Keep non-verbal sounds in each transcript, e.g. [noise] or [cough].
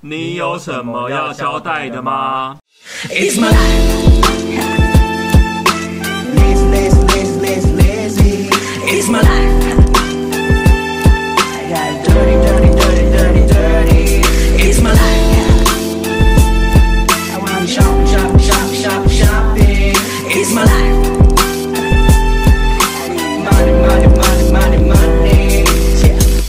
你有什么要交代的吗？ It's my life. Lazy, lazy, lazy, lazy, lazy. It's my life. I got dirty, dirty, dirty, dirty, dirty. It's my life. I wanna shop, shop, shop, shop, shopping. It's my life. Money, money, money, money, money. Yeah.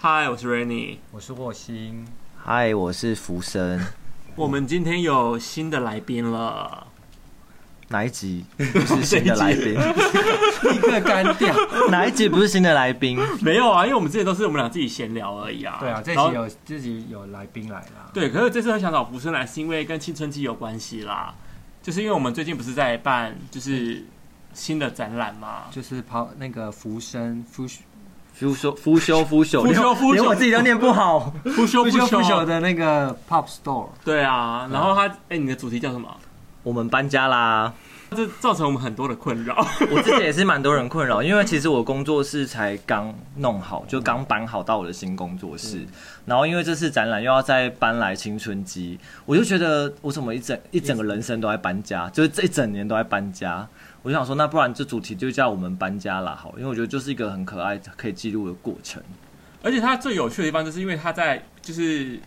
嗨，我是 Rainy，我是霍星，嗨，我是福生， [laughs] 我们今天有新的来宾了。哪一集不是新的来宾？立刻干掉。哪一集不是新的来宾？ [laughs] 没有啊，因为我们之前都是我们俩自己闲聊而已啊。对啊，这然后集有这集有来宾来啦。对，可是这次很想找福生来，是因为跟青春期有关系啦。就是因为我们最近不是在办就是新的展览 [laughs] 嘛，就是跑那个浮生浮夫修夫修夫修，夫修夫修连我自己都念不好。不修不不朽不修朽。的那个 Pop Store，对啊，然后他哎、你的主题叫什么？ [laughs] 我们搬家啦，这造成我们很多的困扰。我自己也是蛮多人困扰，因为其实我工作室才刚弄好，就刚搬好到我的新工作室，然后因为这次展览又要再搬来青春期，我就觉得我怎么一整一整个人生都在搬家，就是这一整年都在搬家。我就想说，那不然这主题就叫我们搬家啦，好了，因为我觉得就是一个很可爱、可以记录的过程。 [laughs] 而且它最有趣的地方，就是因为它在就是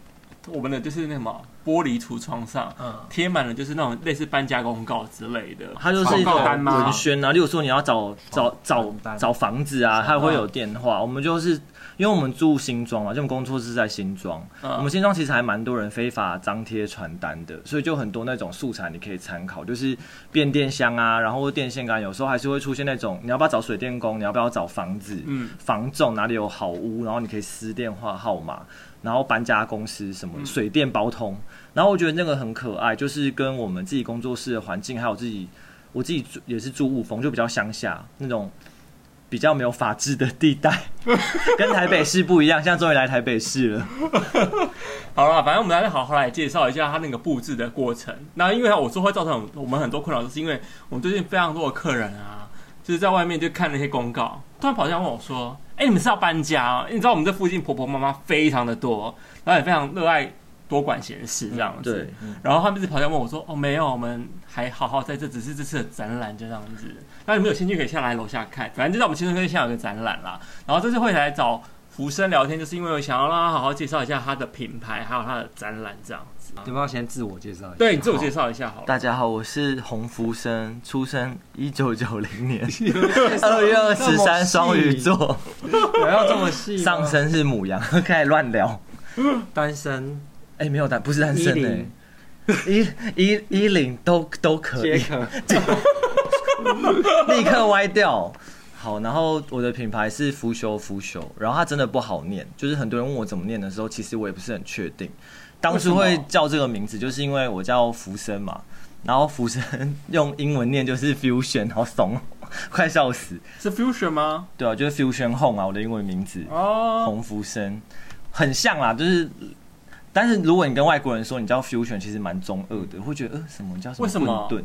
我们的就是那什么玻璃橱窗上嗯，贴满了就是那种类似搬家公告之类的。它就是一种广告单吗文宣啊，例如说你要找找找房单找房子啊，它会有电话。我们就是因为我们住新庄啊嘛，就我们工作室在新庄，嗯我们新庄其实还蛮多人非法张贴传单的，所以就很多那种素材你可以参考，就是变电箱啊，然后电线杆，有时候还是会出现那种你要不要找水电工，你要不要找房子，嗯房仲哪里有好屋，然后你可以撕电话号码，然后搬家公司什嗯么水电包通，然后我觉得那个很可爱，就是跟我们自己工作室的环境，还有自己我自己住也是住雾峰，就比较乡下那种比较没有法治的地带，跟台北市不一样。现在终于来台北市了，好了，反正我们来好好来介绍一下它那个布置的过程。那因为我说会造成我们很多困扰，就是因为我们最近非常多的客人啊，就是在外面就看那些公告，突然跑进来问我说：“哎、你们是要搬家、哦？”因为你知道我们这附近婆婆妈妈非常的多，然后也非常热爱多管闲事这样子。嗯对，然后他们一直跑来问我说：“哦，没有，我们还好好在这，只是这次的展览就这样子。那你们有兴趣可以下来楼下看，反正就在我们青春科技下有个展览啦。然后这次会来找福生聊天，就是因为我想要让他好好介绍一下他的品牌，还有他的展览这样子。要不要先自我介绍一下？对你自我介绍一下好了。大家好，我是洪福生，出生一九九零年，二月二十三，双鱼座，不要这么细吗，上身是母羊，开始乱聊。单身哎、没有单，不是单身的、 10一一一零都都可以，可，立刻歪掉。好，然后我的品牌是腐朽腐朽，然后它真的不好念，就是很多人问我怎么念的时候，其实我也不是很确定。当初为会什么叫这个名字，就是因为我叫福生嘛，然后福生用英文念就是 fusion，好怂， [laughs] 快笑死。是 Fusion 吗？对啊，就是 fusion home 啊，我的英文名字。哦，洪福生，很像啦，就是。但是如果你跟外国人说你叫 fusion，其实蛮中二的，会觉得呃什么叫为什什么么混沌，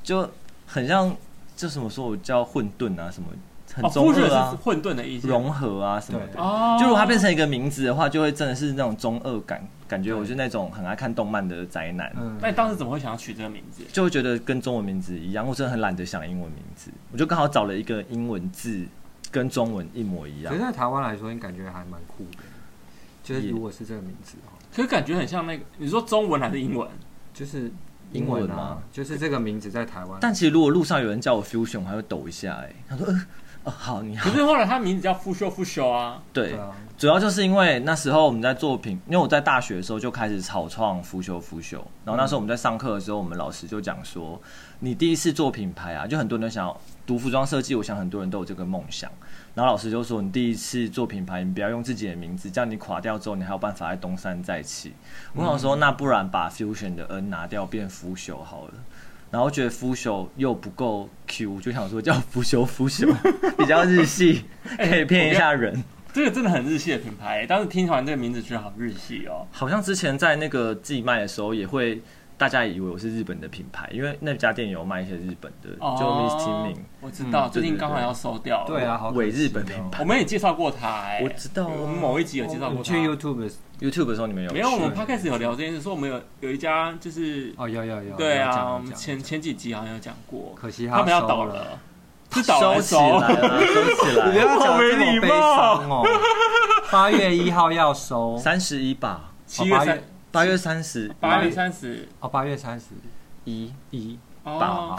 就很像就什么说我叫混沌啊什么，很哦中，Fusion 二是啊，混沌的意思。融合啊什么对的。哦，就如果它变成一个名字的话，就会真的是那种中二感，感觉我是那种很爱看动漫的宅男，嗯那，你当时怎么会想要取这个名字？就会觉得跟中文名字一样，我真的很懒得想英文名字，我就刚好找了一个英文字跟中文一模一可样是，在台湾来说，你感觉还蛮酷的。就是也如果是这个名字哦，可是感觉很像那个，你说中文还是英文？就是英英文文吗啊，就是这个名字在台湾，但其实如果路上有人叫我 fusion，我还会抖一下、欸，哎，他说，呃，哦，好，你可好，是后来他名字叫 Fusion Fusion 啊。对，对啊，主要就是因为那时候我们在作品，因为我在大学的时候就开始草创腐朽腐朽，然后那时候我们在上课的时候，我们老师就讲说，你第一次做品牌啊，就很多人都想要读服装设计，我想很多人都有这个梦想，然后老师就说，你第一次做品牌，你不要用自己的名字，这样你垮掉之后，你还有办法在东山再起。我想说，那不然把 fusion 的 n 拿掉，变腐朽好了。然后觉得腐朽又不够 Q，就想说叫腐朽腐朽 [laughs] 比较日系，可以骗一下人。这个真的很日系的品牌，当时听完这个名字觉得好日系哦。好像之前在那个寄卖的时候也会大家以为我是日本的品牌，因为那家店有卖一些日本的，哦就 Miss Teaming，我知道，嗯最近对对刚好对要收掉了。对啊，好可惜哦伪日本品牌我们也介绍过他、哎我知道啊我们某一集有介绍你过他。去 YouTube YouTube 的时候你们有没有，我去们 p 开始有聊这件事，说我们有有一家就是，哦，有有有，对有讲啊，有我们讲前前几集好像有讲过，可惜他们要收倒了，了，是倒了还是收起来收？了，收起你不来，要讲 [laughs] 这好没礼貌么悲伤哦。八月一号要收，哦三十一吧，七月八三月、八月三十八月三十哦，八月三十一，一，呃哦。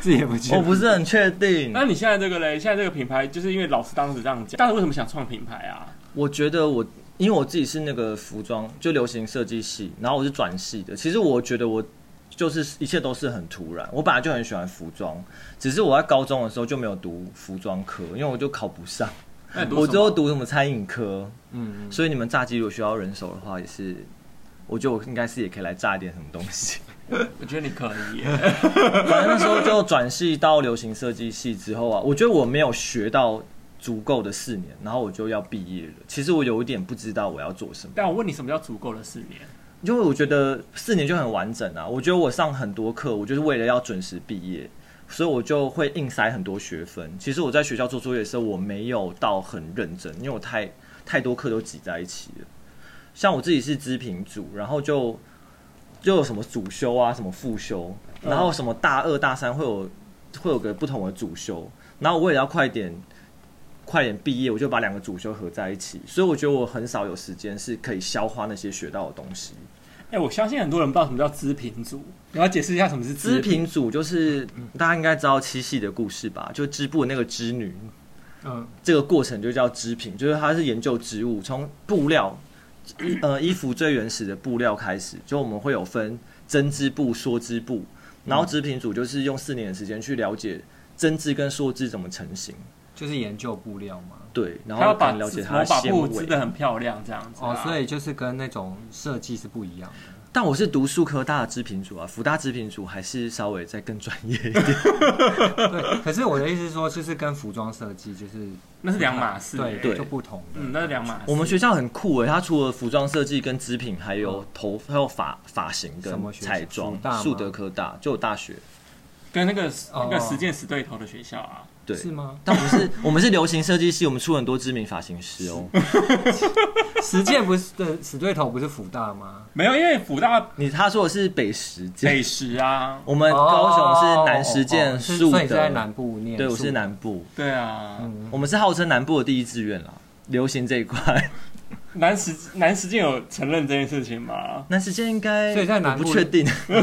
自己也不记我得。不是很 [laughs] 确定。 [laughs] 那你现在这个嘞？现在这个品牌就是因为老师当时这样讲，但是为什么想创品牌啊？我觉得我因为我自己是那个服装就流行设计系，然后我是转系的。其实我啊觉得我就是一切都是很突然。我本来就很喜欢服装，只是我在高中的时候就没有读服装科，因为我就考不上，那你读我什最后么？读什么餐饮科。嗯，嗯所以你们炸鸡如果需要人手的话，也是。我觉得我应该是也可以来炸一点什么东西。我觉得你可以耶，反正那时候就转系到流行设计系之后啊，我觉得我没有学到足够的四年，然后我就要毕业了。其实我有一点不知道我要做什么。但我问你，什么叫足够的四年？因为我觉得四年就很完整啊，我觉得我上很多课，我就是为了要准时毕业，所以我就会硬塞很多学分。其实我在学校做作业的时候，我没有到很认真，因为我太太多课都挤在一起了。像我自己是织品组，然后就就有什么主修啊，什么副修，然后什么大二大三会有会有个不同的主修，然后我也要快点快点毕业，我就把两个主修合在一起，所以我觉得我很少有时间是可以消化那些学到的东西。哎，我相信很多人不知道什么叫织品组，你要解释一下什么是织织品？品组嗯就是大家应该知道七系的故事吧？就织布那个织女，嗯，这个过程就叫织品，就是它是研究织物，从布料，呃，衣服最原始的布料开始，就我们会有分针织布、梭织布，然后织品组就是用四年的时间去了解针织跟梭织怎么成型，就是研究布料嘛。对，然他要后把更了解它我的把纤布织的维。很漂亮，这样子啊。哦，所以就是跟那种设计是不一样的。但我是读数科大的织品组啊，福大织品组还是稍微再更专业一点。 [laughs] 对，可是我的意思是说，就是跟服装设计就是那是两码事。对哎对就不同的。嗯，那是两啊码事。我们学校很酷欸诶，它除了服装设计跟织品，还有头还有发发型什跟么学校彩辅妆大。吗树德科大就有大学，跟那个那个哦实践死对头的学校啊，对。是吗？但我们是，我们是流行设计系，我们出很多知名发型师哦。实践不是的死对头不是福大吗？没有，因为辅大你他说的是北实美践，食啊，我们呃高雄是南实哦哦践哦是树所以你是在德，南部念，对，我是。南部，对啊，嗯我们是号称南部的第一志愿啦，流行这一 [laughs] 块。南实南实践有承认这件事情吗？南实践应该，所以在南我部不确定， [laughs]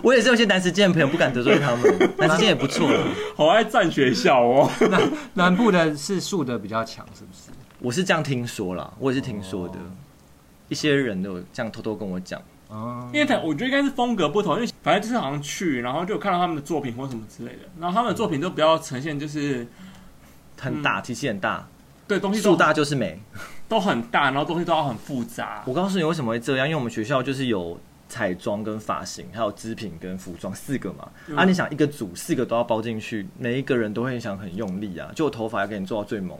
我也是有些南实践的朋友不敢得罪他们，南实践也不错啦。好爱占学校哦，南部的是树的比较强，是不是？我是这样听说啦，我也是听说的，哦一些人都有这样偷偷跟我讲。哦，因为他我觉得应该是风格不同，因为反正就是好像去，然后就有看到他们的作品或什么之类的，然后他们的作品都比较呈现就是很大，体积很大，对嗯东西都树大就是美。都很大，然后东西都要很复杂，我告诉你为什么会这样，因为我们学校就是有彩妆跟发型，还有织品跟服装四个嘛。嗯啊，你想一个组四个都要包进去，每一个人都会想很用力啊，就我头发要给你做到最猛，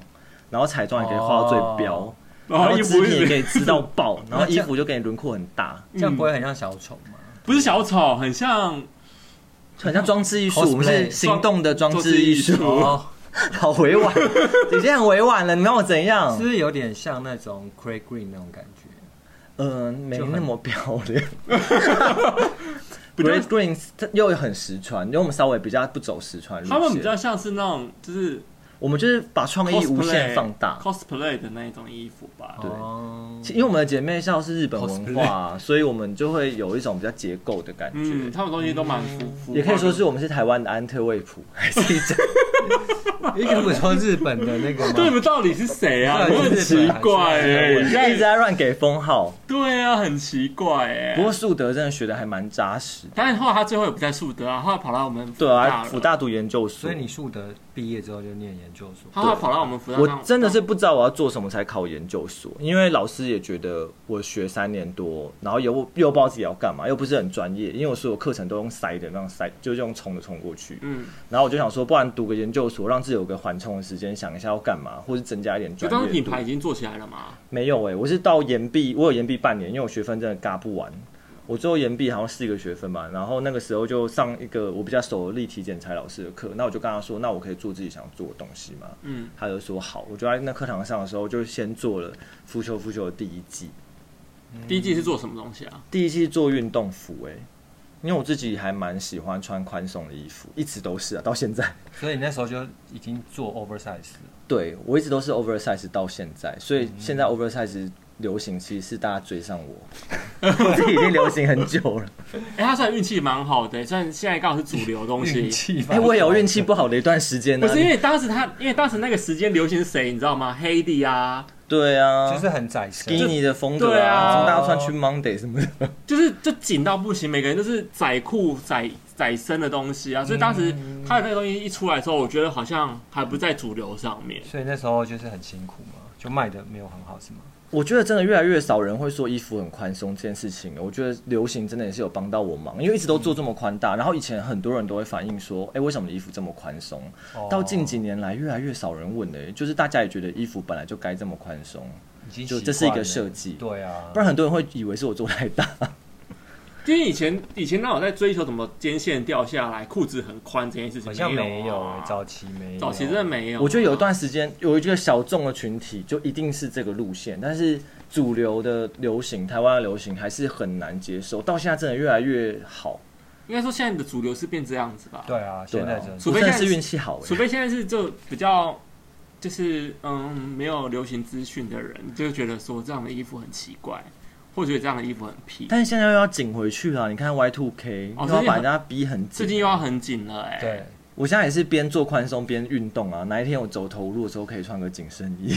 然后彩妆也可以画到最标，哦然然后后衣织服品也可是以织到 [laughs] 爆，然那后这衣样服就给你轮廓很大，这样不会很像小丑吗？不是小丑，很像很像装置 [laughs] 艺术。 Cosplay 我们是行动的装置艺装置艺术术，哦， [laughs] 好 [laughs] 委婉，已经很委婉了，你让我怎样是？不是有点像那种 Craig Green 那种感觉？嗯、没就很那么漂亮。 [laughs] 比较 Red Greens 它又很实穿，因为我们稍微比较不走实穿路线。他们比较像是那种就是我们就是把创意无限 cosplay- 放大。 cosplay 的那一种衣服吧，对哦其因为我们的姐妹校是日本文化、 [laughs] 所以我们就会有一种比较结构的感嗯，觉。他们东西都蛮浮浮，嗯也可以说是我们是台湾的安特卫普，还是一种你可不说日本的那个吗？对你们到底是谁啊？对你们很奇怪哎、是你一直看在乱给封号。对啊，很奇怪哎、不过树德真的学的还蛮扎实的，但是后来他最后也不在树德啊，后来跑到我们对啊，福辅大了，大读研究所，所以你树德毕业之后就念研究所，他后来跑到我们福大，我真的是不知道我要做什么才考研究所，因为老师也觉得我学三年多，然后又又不知道自己要干嘛，又不是很专业，因为我所有课程都用塞的，那样塞就是用冲的冲过去。嗯，然后我就想说，不然读个研究所，让自己有个缓冲的时间，想一下要干嘛，或是增加一点就专当时业品度欸牌。已经做起来了嘛，没有哎、我是到研毕，我有研毕半年，因为我学分真的嘎不完，我最后延毕好像四个学分吧，然后那个时候就上一个我比较熟的立体剪裁老师的课，那我就跟他说，那我可以做自己想做的东西吗？嗯，他就说好，我就在那课堂上的时候就先做了《浮球浮球》的第一季，嗯第一季是做什么东西啊？第一季做运动服、欸，因为我自己还蛮喜欢穿宽松的衣服，一直都是啊，到现在。 [laughs] 所以你那时候就已经做 oversize 了。对我一直都是 oversize 到现在，所以现嗯在 oversize 流行其实是大家追上我， [laughs] 我自己已经流行很 [laughs] 久了。哎、他算运气蛮好的、算现在刚好是主流东西。气吧哎、我也有运气不好的一段时间呢、不啊是。因为当时他，因为当时那个时间流行谁，你知道吗？黑的啊，对啊，就是很窄身。 skinny 的风格对啊什么大家穿去 Monday 什么的。就是就紧到不行，每个人都是窄裤窄窄身的东西嗯啊。所以当时他的那个东西一出来之后，我觉得好像还不在主流上面。所以那时候就是很辛苦嘛，就卖的没有很好，是吗？我觉得真的越来越少人会说衣服很宽松这件事情。我觉得流行真的也是有帮到我忙，因为一直都做这么宽大，然后以前很多人都会反映说，哎、为什么你衣服这么宽松？哦到近几年来，越来越少人问了、就是大家也觉得衣服本来就该这么宽松。嗯已经就习这是一个惯了设计对啊，不然很多人会以为是我做太大。因为以前以前那我在追求什么肩线掉下来、裤子很宽这件事情，好像没有啊欸，早期没有，早期真的没有。啊我觉得有一段时间有一个小众的群体，就一定是这个路线，但是主流的流行，台湾的流行还是很难接受。到现在真的越来越好，应该说现在的主流是变这样子吧？对啊，对现在啊真的，除我非真现的在是运气好、欸，除非现在是就比较就是嗯没有流行资讯的人，就会觉得说这样的衣服很奇怪，或觉得这样的衣服很屁。但是现在又要紧回去了。你看 Y Two K，、哦又要把人家逼很紧，最近又要。很紧了哎、对，我现在也是边做宽松边运动啊，哪一天我走投无路的时候可以穿个紧身 [laughs] 衣。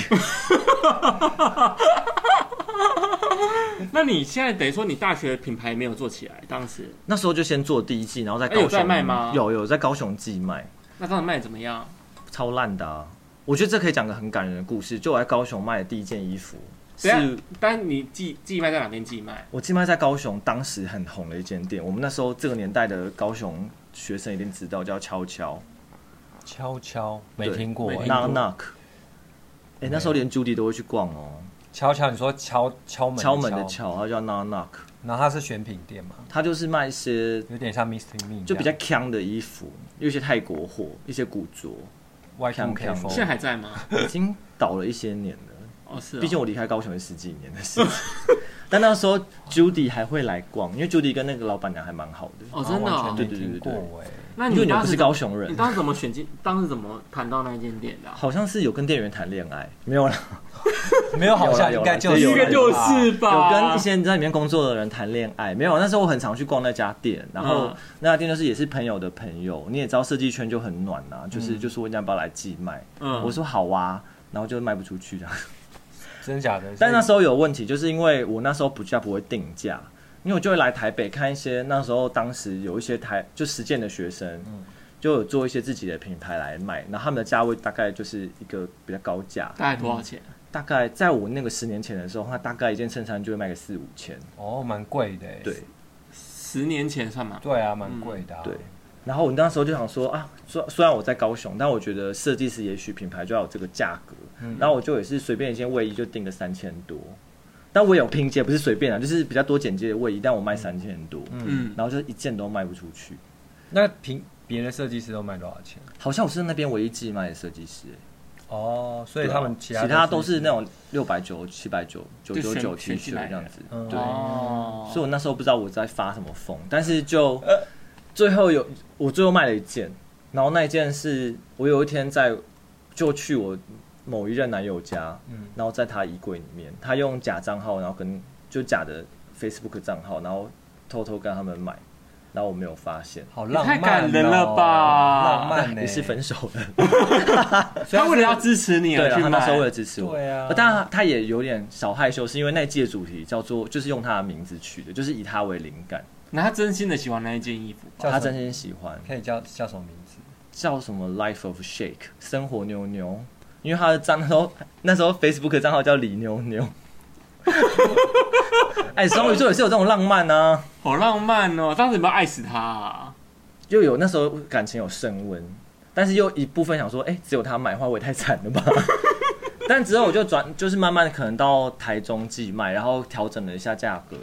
那你现在等于说你大学品牌没有做起来，当时那时候就先做第一季，然后在哎高雄、有在卖吗有有在高雄寄卖。那当时卖得怎么样？超烂的、啊。我觉得这可以讲个很感人的故事。就我在高雄卖的第一件衣服，等一下是但你寄寄卖在哪边寄卖？我寄卖在高雄当时很红的一间店。我们那时候这个年代的高雄学生一定知道，叫悄悄悄悄没对听过没欸，听过 Knock Knock。哎、那时候连 Judy 都会去逛哦，悄悄你说敲敲门敲门的，敲，它叫 Knock Knock，然后它是选品店嘛，它就是卖一些有点像 Mr. Me，就比较强的衣服，有一些泰国货，一些古着， [laughs] Y Two 强 K 现强在风，还在吗？已经倒了一些年了。哦，是哦毕竟我离开高雄也十几年的事情。 [laughs] 但那时候 Judy 还会来逛，因为 Judy 跟那个老板娘还蛮好的。哦，真的、啊哦完。全没听过哎，那因为你你们当不时是高雄你人，当时怎么选进？当时怎么谈到那间店的、啊？好像是有跟店员谈恋爱，没有啦，没有好像有啦有应啦该就是有啦应该就吧是吧，有跟一些在里面工作的人谈恋爱，没有。那时候我很常去逛那家店，然后嗯那家店就是也是朋友的朋友，你也知道设计圈就很暖呐、就是就说人家要不要来寄卖，嗯我说好啊。然后就卖不出去的，真假的，但那时候候有问题，就是因为我那时候不价不会定价，因为我就会来台北看一些那时候当时有一些台就实践的学生，就有做一些自己的品牌来卖，然后他们的价位大概就是一个比较高价，大概多少钱？大概在我那个十年前的时候，它大概一件衬衫就会卖个四五千，哦蛮贵的欸，对嗯十年前算吗？对啊，蛮贵的啊，对。然后我那时候就想说啊，虽虽然我在高雄，但我觉得设计师也许品牌就要有这个价格。然后我就也是随便一件卫衣就定个三千多，但我也有拼接，不是随便啊，就是比较多剪接的卫衣，但我卖三千多，嗯，然后就一件都卖不出去。那平别的设计师都卖多少钱？好像我是那边唯一寄卖的设计师、欸，哦，所以对啊他们其他其他都是那种六百九、七百九、九九九就选选 T 恤进这来的样子，嗯对。哦，所以我那时候不知道我在发什么疯，但是就呃最后有我最后卖了一件，然后那一件是我有一天在就去我某一任男友家，嗯然后在他衣柜里面，他用假账号，然后跟就假的 Facebook 账号，然后偷偷跟他们买，然后我没有发现，好欸浪漫、哦，也太感人了吧浪漫哎呢、也是分手了。 [laughs] 他为了要支持你对而啊，去他那时候为了卖，支持我，对啊呃当然他也有点小害羞，是因为那一季的主题叫做就是用他的名字取的，就是以他为灵感，那他真心的喜欢那一件衣服吧？叫什么他真心喜欢。可以叫叫什么名字？叫什么 Life of Shake 生活妞妞，因为他的账号那时候 Facebook 账号叫李 [laughs] 妞妞。哎，双鱼座也是有这种浪漫啊，好浪漫哦！当时有没有爱死他啊？又有那时候 [laughs] 感情有升温，但是又一部分想说，哎、只有他买，话我也太惨了吧。但之后我就转，就是慢慢可能到台中寄卖，然后调整了一下价格，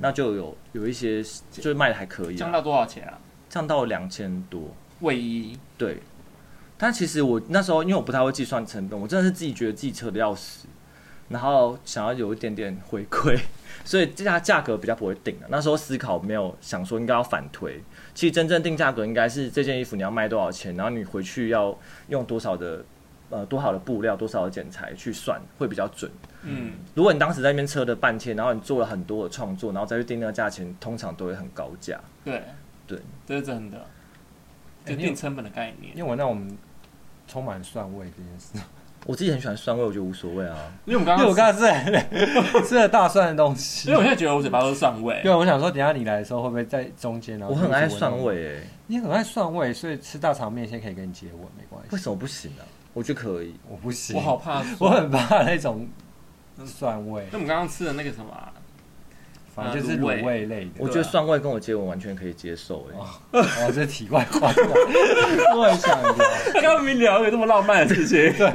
那就有有一些就是卖的还可嗯以、降啊，到多少钱啊？降到两千多。卫衣对，但其实我那时候因为我不太会计算成本，我真的是自己觉得自己扯的要死，然后想要有一点点回馈，所以这家价格比较不会定啊了。那时候思考没有想说应该要反推，其实真正定价格应该是这件衣服你要卖多少钱，然后你回去要用多少的呃多少的布料、多少的剪裁去算会比较准。嗯，如果你当时在那边车了半天，然后你做了很多的创作，然后再去定那个价钱，通常都会很高价。对对，这是真的，就哎你定有成本的概念因。为我那种充满蒜味这件事，我自己很喜欢酸味，我觉得无所谓啊。因为我们刚因为我刚，刚才吃吃了大蒜的东西因为，我现在觉得我嘴巴都是蒜味对，，我想说，等一下你来的时候会不会在中间？然后我很爱一直闻到酸，味欸诶、你很爱蒜味，所以吃大肠面线可以跟你接吻，没关为系。什么不行呢、我觉得可以。我不行，我好，怕蒜。我很怕那种蒜味那，我们刚刚吃的那个什么啊，反正就是卤味类的。我觉得蒜味跟我接吻完全可以接受哎、啊哦，这题外话，我很想聊。 [laughs] 刚刚明明聊一个这么浪漫的事 [laughs] 情。对，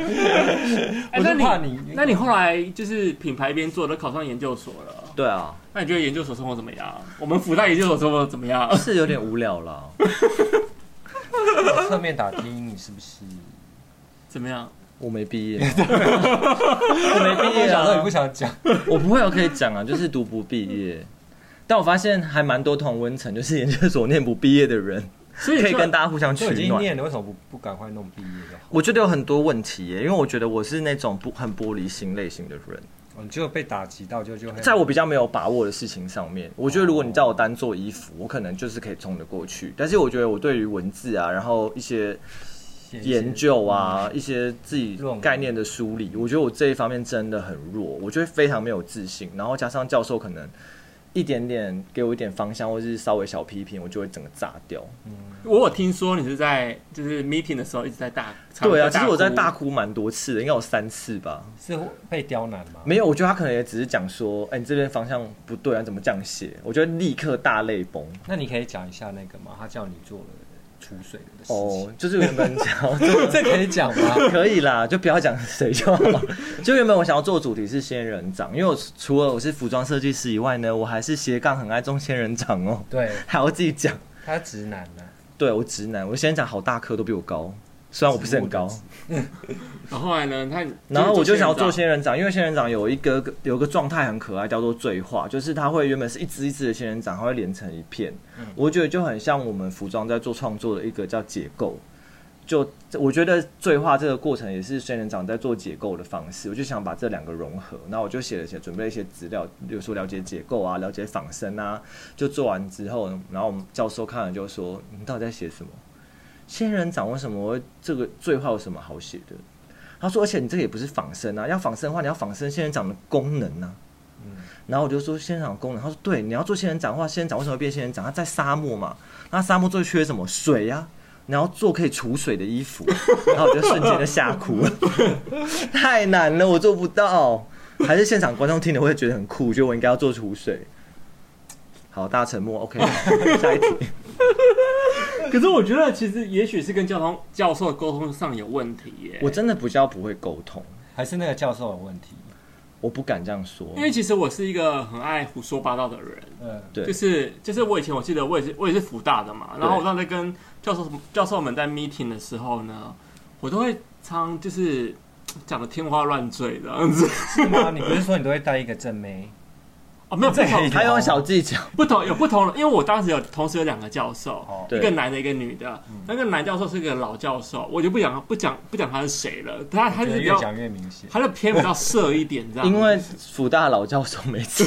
哎，我那就怕你，你，那你后来就是品牌边做都考上研究所了，对啊，那你觉得研究所生活怎么样？我们福大研究所生活怎么样？是有点无聊啦。侧面打听你是不是？ [laughs] 怎么样？我没毕业，我没毕我业想说你啊不，想讲，我不会，我可以讲啊，就是读不毕业。但我发现还蛮多同温层，就是研究所念不毕业的人，所以可以就跟大家互相都已取经暖。念了，为什么不不赶快弄毕业就好？我觉得有很多问题耶、因为我觉得我是那种不很玻璃心类型的人，哦你就被打击到，就就会在我比较没有把握的事情上面，我觉得如果你叫我单做衣服，我可能就是可以冲得过去。但是我觉得我对于文字啊，然后一些研究啊，一些自己论文概念的梳理，我觉得我这一方面真的很弱，我觉得非常没有自信。然后加上教授可能一点点给我一点方向，或是稍微小批评，我就会整个炸掉。我有听说你是在就是 meeting 的时候一直在大，对啊，常其常实我在大哭哦蛮多次的，应该有三次吧。是被刁难吗？没有，我觉得他可能也只是讲说，哎、你这边方向不对啊，怎么这样写？我觉得立刻大泪崩。那你可以讲一下那个吗？他叫你做了储水的事情，哦，就是原本讲 [laughs] [laughs] 这可以讲 [laughs] 吗？可以啦， [laughs] 就不要讲谁就好。 [laughs] 就原本我想要做的主题是仙人掌，因为我除了我是服装设计师以外呢，我还是斜杠很爱种仙人掌哦，对还要自己讲。他直男啊呢、对我直男，我仙人掌好大颗，都比我高，虽然我不是很高。然后后来呢，他然后我就想要做些仙人掌，因为仙人掌有一个有一个状态很可爱，叫做醉化，就是它会原本是一只一只的仙人掌，它会连成一片。我觉得就很像我们服装在做创作的一个叫解构。就我觉得醉化这个过程也是仙人掌在做解构的方式，我就想把这两个融合。那我就写了写，准备了一些资料，比如说了解解构啊，了解仿生啊。就做完之后，然后我们教授看了就说：“你到底在写什么？仙人掌为什么会这个醉化有什么好写的？”他说：“而且你这个也不是仿生啊，要仿生的话，你要仿生仙人掌的功能啊。嗯然后我就说仙人掌的功能，他说对，你要做仙人掌的话，仙人掌为什么会变仙人掌？它在沙漠嘛，那沙漠最缺什么水啊呀、你要做可以储水的衣服，然后我就瞬间就吓哭 [laughs] 了，太难了，我做不到。还是现场观众听了会觉得很酷，觉得我应该要做储水。好，大家沉默，OK，下 [laughs] 一题。可是我觉得其实也许是跟教通教授的沟通上有问题耶。我真的比较不会沟通，还是那个教授有问题？我不敢这样说。因为其实我是一个很爱胡说八道的人，嗯，对就，是就是我以前我记得我也是我也是福大的嘛，然后我当时跟教授教授们在 meeting 的时候呢，我都会常就是讲的天花乱坠这样子。 [laughs] 是吗？你不是说你都会带一个正妹？哦，没有不这可同以还有小技巧，不同有不同的，因为我当时有同时有两个教授，哦一对个男的，一个女的。那个男教授是个老教授，我就不讲不讲不讲他是谁了，他他是觉得比越较讲越明显。他的偏比较色一点，这样子。因为福大老教授每次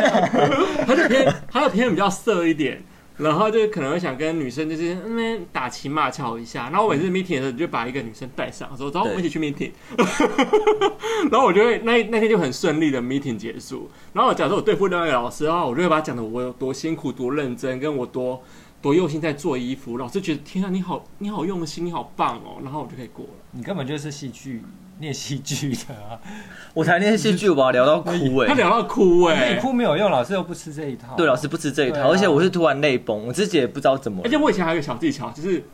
他的偏他的偏比较色一点，然后就可能会想跟女生就是那边打情骂俏一下。然后我每次 meeting 的时候，就把一个女生带上，说走，我对们一起去 meeting。然后 [laughs] 我就会那那天就很顺利的 meeting 结束。然后假设我对付另外一个老师的话，我就会把他讲的我有多辛苦、多认真，跟我多多用心在做衣服。老师觉得天啊，你好，你好用心，你好棒哦。然后我就可以过了。你根本就是戏剧念戏剧的啊！ [laughs] 我谈恋爱戏剧，我把他聊到哭哎、他聊到哭哎、你哭没有用，老师又不吃这一套。 [laughs] 对，老师不吃这一对套，啊而且我是突然泪崩，我自己也不知道怎么而。且我以前还有一个小技巧，就是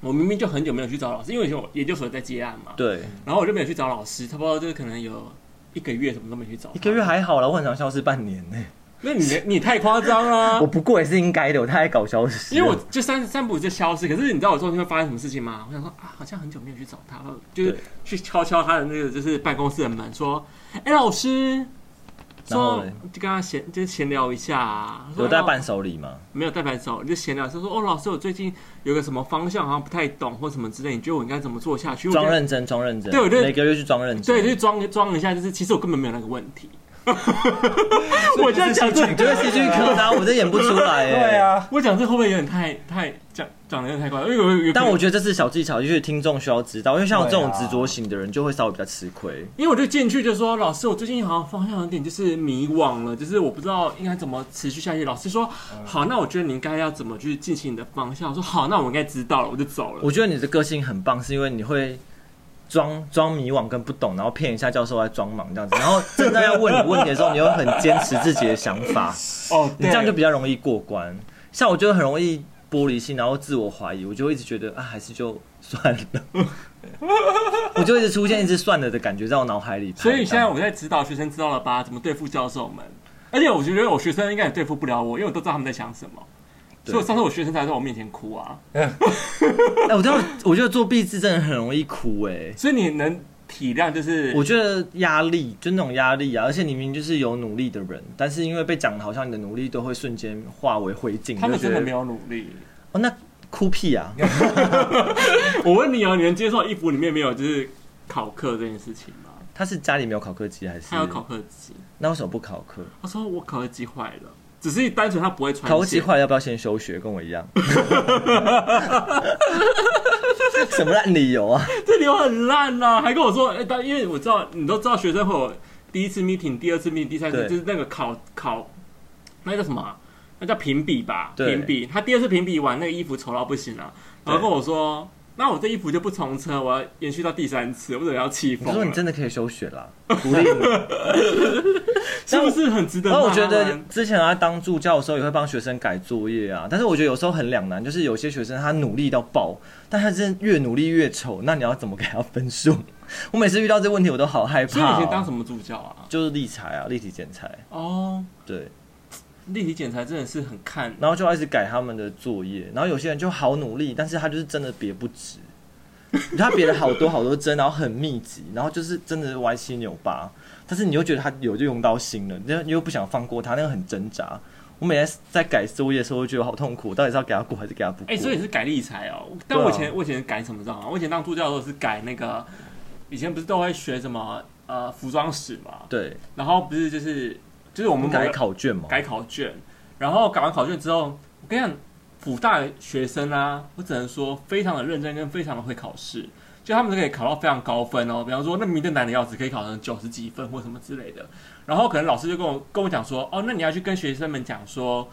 我明明就很久没有去找老师，因为以前我研究所在接案嘛，对，然后我就没有去找老师，差不多就是可能有一个月什么都没去找。一个月？还好了，我很常消失半年呢、那你你太夸张啦 [laughs] 我！不过也是应该的，我太爱搞消失了。啊因为我就三三不五就消失，可是你知道我中间会发生什么事情吗？我想说啊，好像很久没有去找他了，就是对去敲敲他的那个就是办公室的门，说：“哎，老师。”然后说嘞就跟他闲就是闲聊一下、啊，说有带哎老伴手礼吗？没有带白手，就闲聊说说哦，老师，我最近有个什么方向好像不太懂或什么之类，你觉得我应该怎么做下去？我觉装得认真，装认真。对我就每个月去装认真。对，就装装一下，就是其实我根本没有那个问 [laughs] 题。我这样讲这你这个戏剧科呢，我这演不出来、 [laughs] 欸。对。啊，我讲这会不会有点太太讲讲的有点太快？因为有有，但我觉得这是小技巧，就是听众需要知道，因为像我这种对啊执着型的人，就会稍微比较吃亏。因为我就进去就说，老师，我最近好像方向有点就是迷惘了，就是我不知道应该怎么持续下去。老师说，嗯好，那我觉得你应该要怎么去进行你的方向。我说好，那我应该知道了，我就走了。我觉得你的个性很棒，是因为你会装装迷惘跟不懂，然后骗一下教授来装忙这样子，然后真的要问你问题的时候，你又很坚持自己的想 [laughs] 法，哦，你这样就比较容易过关。像我就很容易玻璃心，然后自我怀疑，我就会一直觉得啊，还是就算了， [laughs] 我就一直出现一直算了的感觉在我脑海里。所以现在我在指导学生知道了吧，怎么对付教授们。而且我觉得我学生应该也对付不了我，因为我都知道他们在想什么。对所以我上次我学生才在我面前哭啊。哎，我觉得我觉得做壁纸真的很容易哭哎、所以你能体谅，就是 [laughs] 我觉得压力就那种压力啊，而且你明明就是有努力的人，但是因为被讲的好像你的努力都会瞬间化为灰烬，他们就觉真得的没有努力。哦，那哭屁啊！我问你哦，你能接受衣服里面没有就是考克这件事情吗？他是家里没有考科机还是？他有考克机，那为什么不考科？他说我考克机坏了，只是单纯他不会穿。考科机，坏了要不要先休学？跟我 [laughs] 一样。什么烂理 [laughs] 由啊？这理由很烂啦、还跟我说，哎，但因为我知道你都知道学生会有第一次 meeting、第二次 meeting、第三次，对就是那个考考那叫什么啊、那叫评比吧，对评比。他第二次评比完，那个衣服丑到不行了、然后对跟我说。那我这衣服就不重车，我要延续到第三次，我怎么要气我疯说你了？真的可以休 [laughs] 学啦，鼓励你。是不是很值得然骂后他们？我觉得之前他当助教的时候也会帮学生改作业啊，但是我觉得有时候很两难，就是有些学生他努力到爆，但他真的越努力越丑，那你要怎么给他分数？我每次遇到这个问题我都好害所以你怕、以哦。前当什么助教啊？就是立裁啊，立体剪裁，哦，对。立体剪裁真的是很看然后就要一直改他们的作业，然后有些人就好努力，但是他就是真的别不直，他别了好多好多针，然后很密集，然后就是真的歪七扭八，但是你又觉得他有就用到心了，你又你又不想放过他，那个很挣扎。我每天在改作业的时候，我觉得好痛苦，到底是要给他过还是给他不过？哎、所以你是改理财哦。但对啊我以前、我以前改什么知道吗？我以前当助教的时候是改那个，以前不是都会学什么呃服装史嘛，对，然后不是就是就是我我们们某个改考卷嘛，改考卷，然后改完考卷之后，我跟你讲，辅大学生啊，我只能说非常的认真跟非常的会考试，就他们都可以考到非常高分哦。比方说，那明的难的要死，可以考成九十几分或什么之类的。然后可能老师就跟我跟我讲说，哦，那你要去跟学生们讲说，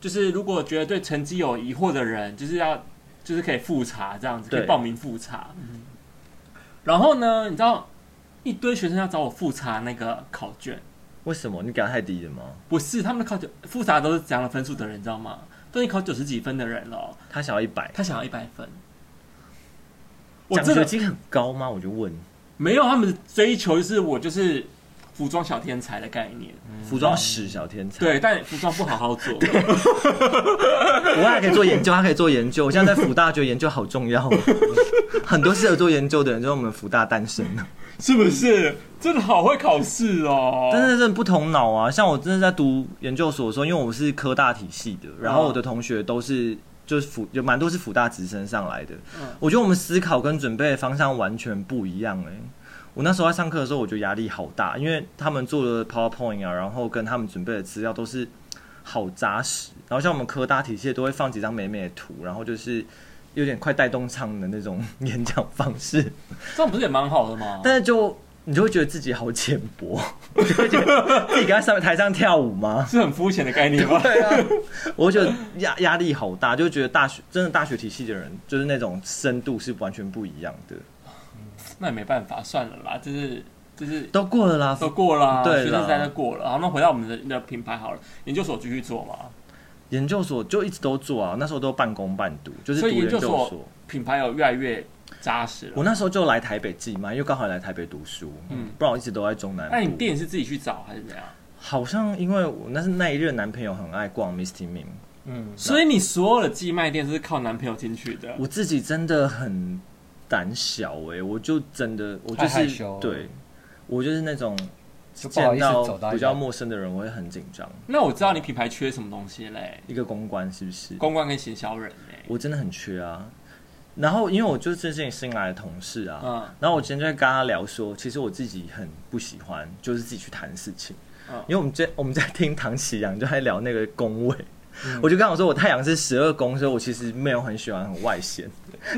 就是如果觉得对成绩有疑惑的人，就是要就是可以复查这样子，可以对报名复查。然后呢，你知道一堆学生要找我复查那个考卷。为什么你给他太低了吗？不是，他们考九复查都是怎样的分数的人，你知道吗？都已经考九十几分的人了哦，他想要一百，他想要一百分。我奖真学的金很高吗？我就问，没有他们的追求，就是我就是服装小天才的概念。服装史小天才，嗯对，但服装不好好 [laughs] 做，我还可以做研究，他可以做研究。我现在在福大觉得研究好重要、哦，很多适合做研究的人就是我们福大诞生的。是不是？真的好会考试哦。但是真的不同脑啊，像我真的在读研究所的时候，因为我是科大体系的，然后我的同学都是。就是辅有蛮多是辅大直升上来的，我觉得我们思考跟准备的方向完全不一样哎、我那时候在上课的时候，我觉得压力好大，因为他们做的 PowerPoint 啊，然后跟他们准备的资料都是好扎实。然后像我们科大体系都会放几张美美的图，然后就是有点快带动唱的那种 [laughs] 演讲方式，这样不是也蛮好的吗？但是就你就会觉得自己好浅薄， [laughs] 我就会觉得自己刚在上台上跳舞吗？是很肤浅的概念吗？对啊，我就觉得压压力好大，就觉得大学真的大学体系的人，就是那种深度是完全不一样的。那也没办法，算了啦，就是就是都过了啦，都过了啊，对啦学生时代都过了。好，那回到我们的那个品牌好了，研究所继续做嘛。研究所就一直都做啊，那时候都半工半读，就是读所以研究究所品牌有越来越扎实了我。那时候就来台北寄嘛，因为刚好来台北读书，嗯嗯，不然我一直都在中南部。那你店是自己去找还是怎样？好像因为我那是那一任男朋友很爱逛 Misty Mim，嗯，所以你所有的寄卖店都是靠男朋友进去的。我自己真的很胆小哎、我就真的我就太害是羞了对，我就是那种就不好见意思走到到比一较个陌生的人我会很紧张。那我知道你品牌缺什么东西嘞，一个公关是不是？公关跟行销人嘞。我真的很缺啊。然后因为我就是最近新来的同事啊，嗯然后我今天就在跟他聊说，其实我自己很不喜欢，就是自己去谈事情。嗯因为我们在我们在听唐启阳就在聊那个宫位，我就跟我说我太阳是十二宫，所以我其实没有很喜欢很外显。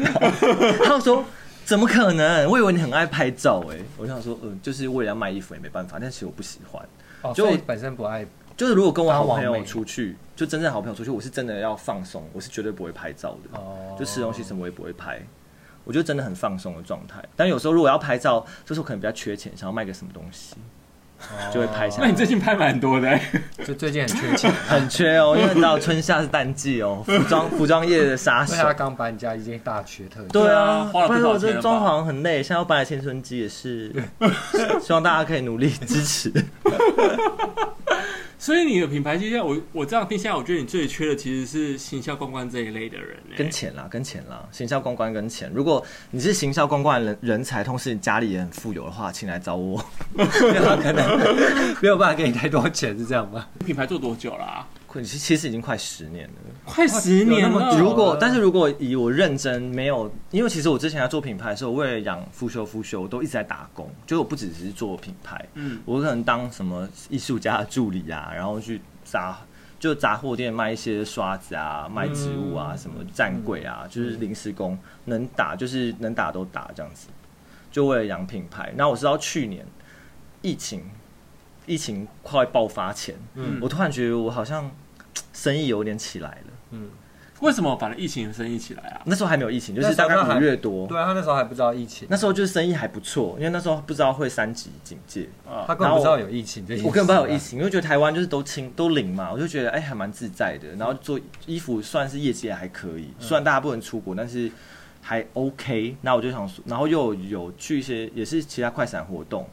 然后他就说怎么可能？我以为你很爱拍照哎、我就想说，嗯，就是为了要卖衣服也没办法，但其实我不喜欢。哦，就所以本身不爱就是如果跟我好当网朋友美出去，就真正好朋友出去，我是真的要放松，我是绝对不会拍照的。哦，就吃东西什么我也不会拍，我就真的很放松的状态。但有时候如果要拍照，就是我可能比较缺钱，想要卖个什么东西，就会拍下那来你。最近拍蛮多的欸，就最近很缺 [laughs] 钱，很缺哦，因为你知道春夏是淡季哦，服装服装业的杀手所以。他刚搬家，已经大缺特缺。对啊对啊啊，花了不少不然我钱这了吧装潢很累，现在要搬来青春期也是， [laughs] 希望大家可以努力支持。所以你的品牌现在我我这样听下来，我觉得你最缺的其实是行销公关这一类的人欸。跟钱啦，跟钱啦，行销公关跟钱。如果你是行销公关的人人才，同时你家里也很富有的话，请来找我。 [laughs] 没有可能，啊 [laughs] 没有办法给你太多钱，是这样吗？品牌做多久啊啦、其实其实已经快十年了。快十 [laughs] 年有那了。么久如果了，但是如果以我认真没有，因为其实我之前在做品牌的时候，我为了养复修复修，我都一直在打工，就是我不只是做品牌，嗯我可能当什么艺术家的助理啊，然后去杂就杂货店卖一些刷子啊、卖植物啊、什么站柜嗯啊，就是临时工，能打就是能打都打这样子，就为了养品牌。那我是到去年疫情疫情快爆发前，嗯我突然觉得我好像生意有点起来了。为什么把疫情的生意起来啊？那时候还没有疫情，就是那时大候概他还五月多。对啊，他那时候还不知道疫情，哦那时候就是生意还不错，因为那时候不知道会三级警戒，他根本不知道有疫情这件事啊我根本不知道有疫情，因为觉得台湾就是都清都零嘛，我就觉得哎、还蛮自在的。然后做衣服算是业绩还可嗯以，虽然大家不能出国，但是还 OK。那我就想说，然后又有去一些也是其他快闪活动，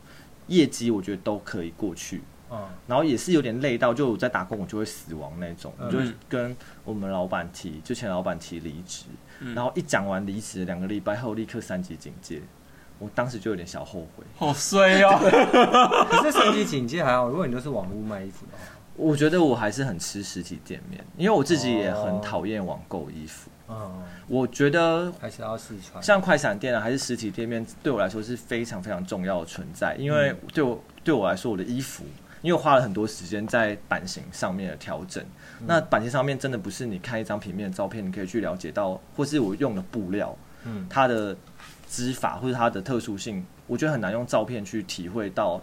业绩我觉得都可以过去。啊。然后也是有点累到，就我在打工我就会死亡那种，嗯我就跟我们老板提，就前老板提离职，嗯然后一讲完离职，两个礼拜后立刻三级警戒，我当时就有点小后悔。好衰 [laughs] 哦！嗯可是三级警戒还好，如果你都是网络卖衣服的话，我觉得我还是很吃实体店面，因为我自己也很哦讨厌网购衣服。嗯，我觉得还是要试穿。像快闪店啊，还是实体店面，对我来说是非常非常重要的存在，因为对我对我来说，我的衣服，因为我花了很多时间在版型上面的调整。那版型上面真的不是你看一张平面的照片，你可以去了解到，或是我用的布料，嗯它的织法或者它的特殊性，我觉得很难用照片去体会到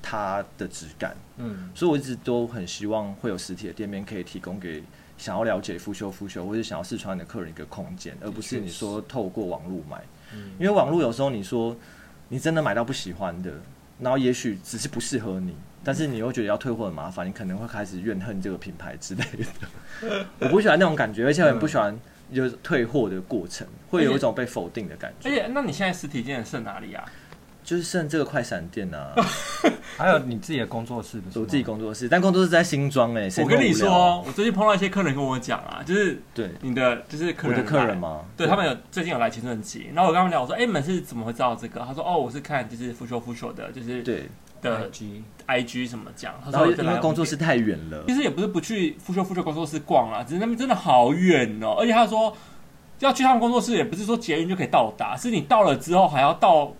它的质感。嗯，所以我一直都很希望会有实体的店面可以提供给想要了解复修复修或者想要试穿的客人一个空间，而不是你说透过网络买，嗯因为网络有时候你说你真的买到不喜欢的，然后也许只是不适合你。但是你又觉得要退货很麻烦，你可能会开始怨恨这个品牌之类 [laughs] 的。我不喜欢那种感觉，而且我很不喜欢有退货的过程，会有一种被否定的感而觉。且，哎那你现在实体店剩哪里啊？就是剩这个快闪店啊，还有你自己的工作室不是吗？我自己工作室，但工作室在新庄哎、谁我跟那么你无聊说，，哦我最近碰到一些客人跟我讲啊，就是对，你的就是客人我的客人来吗对对他们有最近有来青春期，然后我跟他们聊，我说：“哎、你们是怎么会知道这个？”他说：“哦，我是看就是复修复修的，就是对，的 IG IG 什么讲。”他然说后：“就因来为我工作店室太远了其，实也不是不去复修复修工作室逛啦，只是那边真的好远哦、而且他说要去他们工作室，也不是说捷运就可以到达，是你到了之后还要到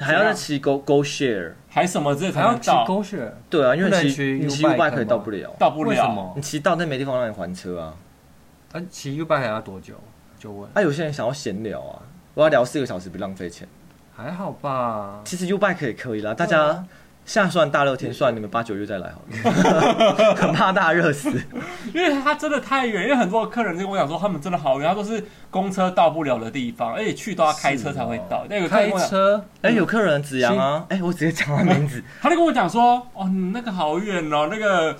还要再骑 Go Go Share。还什么之类才还要能去到，狗血，对啊，因为不能你骑骑你骑 U U-bike 拜可以吗到不了，到不了。为什么你？骑到那没地方让你还车啊。啊，骑 U 拜还要多久？就问，啊，有些人想要闲聊啊，我要聊四个小时，不浪费钱。还好吧？其实 U 拜可以可以啊啦，大家下算大热天算，你们八九月再来好 [laughs] 了，很怕大家热死。因为他真的太远，因为很多客人就跟我讲说，他们真的好远，他说是公车到不了的地方，而且去都要开车才会到。那、有个客人开跟我讲，车哎，有客人子阳啊，哎，我直接讲他名字，嗯他就跟我讲说，哦，你那个好远哦，那个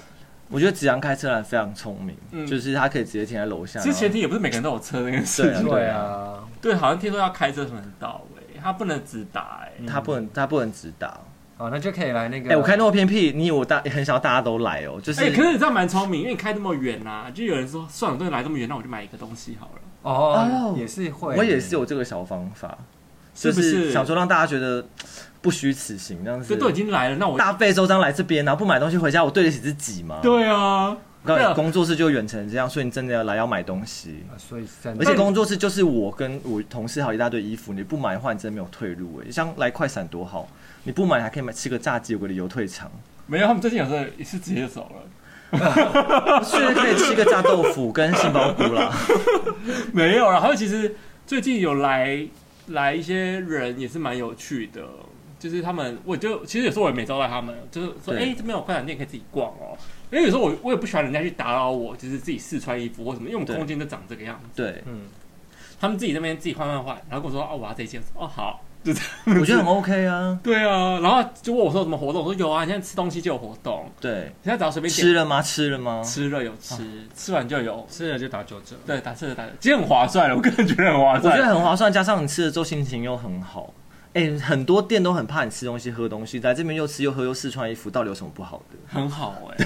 我觉得子阳开车来非常聪明，嗯就是他可以直接停在楼下。其实前然后提也不是每个人都有车这件事情，对啊，对，好像听说要开车才能到诶，他不能直达欸诶。啊他不能他不能直达。好，哦那就可以来那个。哎、我看那么偏僻，你以为我大很想要大家都来哦，就是、啊哎、可是你这样蛮聪明，因为你开这么远呐、就有人说算了，都来这么远，那我就买一个东西好了。哦哦，也是会，我也是有这个小方法，就是不是想说让大家觉得不虚此行这样这子。都已经来了，那我大费周章来这边，然后不买东西回家，我对得起自己吗？，对啊，告诉对啊你，工作室就远成这样，所以你真的要来要买东西。啊，所以真而的且工作室就是我跟我同事还有一大堆衣服，你不买的话，你真的没有退路哎、像来快闪多好，你不买还可以买吃个炸鸡，有个理由退场，没有，他们最近有时候也是直接走了，是可以吃个炸豆腐跟杏鲍菇啦。 [laughs] 没有啦。然后其实最近有来来一些人也是蛮有趣的，就是他们，我就其实有时候我也没招待他们，就是说，哎、对这边有快闪店可以自己逛哦。因为有时候我我也不喜欢人家去打扰我，就是自己试穿衣服或什么，因为我们对空间就长这个样子。对，嗯，他们自己这边自己换换换，然后跟我说，哦，我要这一件，我说哦，好，就这样。我觉得很 OK 啊。对啊，然后就问我说有什么活动，我说有啊，你现在吃东西就有活动， [laughs] 对，现在只要随便点吃了啊吗？吃了吗？吃了有吃，吃完就有，吃了就打九折。对，打吃了打，其实很划算了，我个人觉得很划我觉得算。很划算，加上你吃了之后心情又很好。哎、很多店都很怕你吃东西、喝东西，来这边又吃又喝又试穿衣服，到底有什么不好的？很好哎、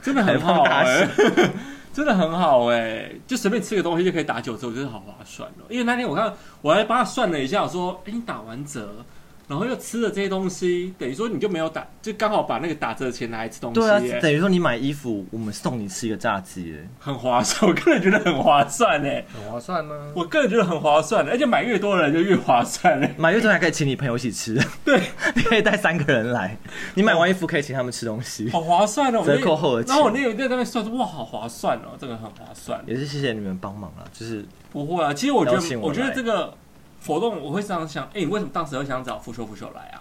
真的很好还哎、放大 [laughs] 真的很好哎、就随便吃个东西就可以打九折，我觉得好划算哦。因为那天我看我还帮他算了一下，我说，哎、你打完折，然后又吃了这些东西，等于说你就没有打，就刚好把那个打折的钱拿来吃东西、对啊哎，等于说你买衣服，我们送你吃一个炸鸡、哎很划算，我个人觉得很划算哎、很划算啊吗？我个人觉得很划算的，哎而且买越多人就越划算哎嘞。买越多还可以请你朋友一起吃，对， [laughs] 你可以带三个人来，你买完衣服可以请他们吃东 [laughs] 西，好划算哦！我折那扣后的然后我钱那个在那边算说，哇，好划算哦，这个很划算。也是谢谢你们帮忙啊，就是不会啊，其实我觉邀得，请我我觉得来这个活动我会这样想，哎、你为什么当时会想找腐朽腐朽来啊？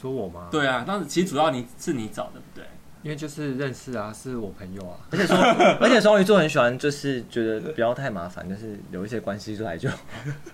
说我吗？，对啊，当时其实主要你是你找的，对因为就是认识啊，是我朋友啊。而 [laughs] 且双而且双鱼座很喜欢，就是觉得不要太麻烦，就是有一些关系来就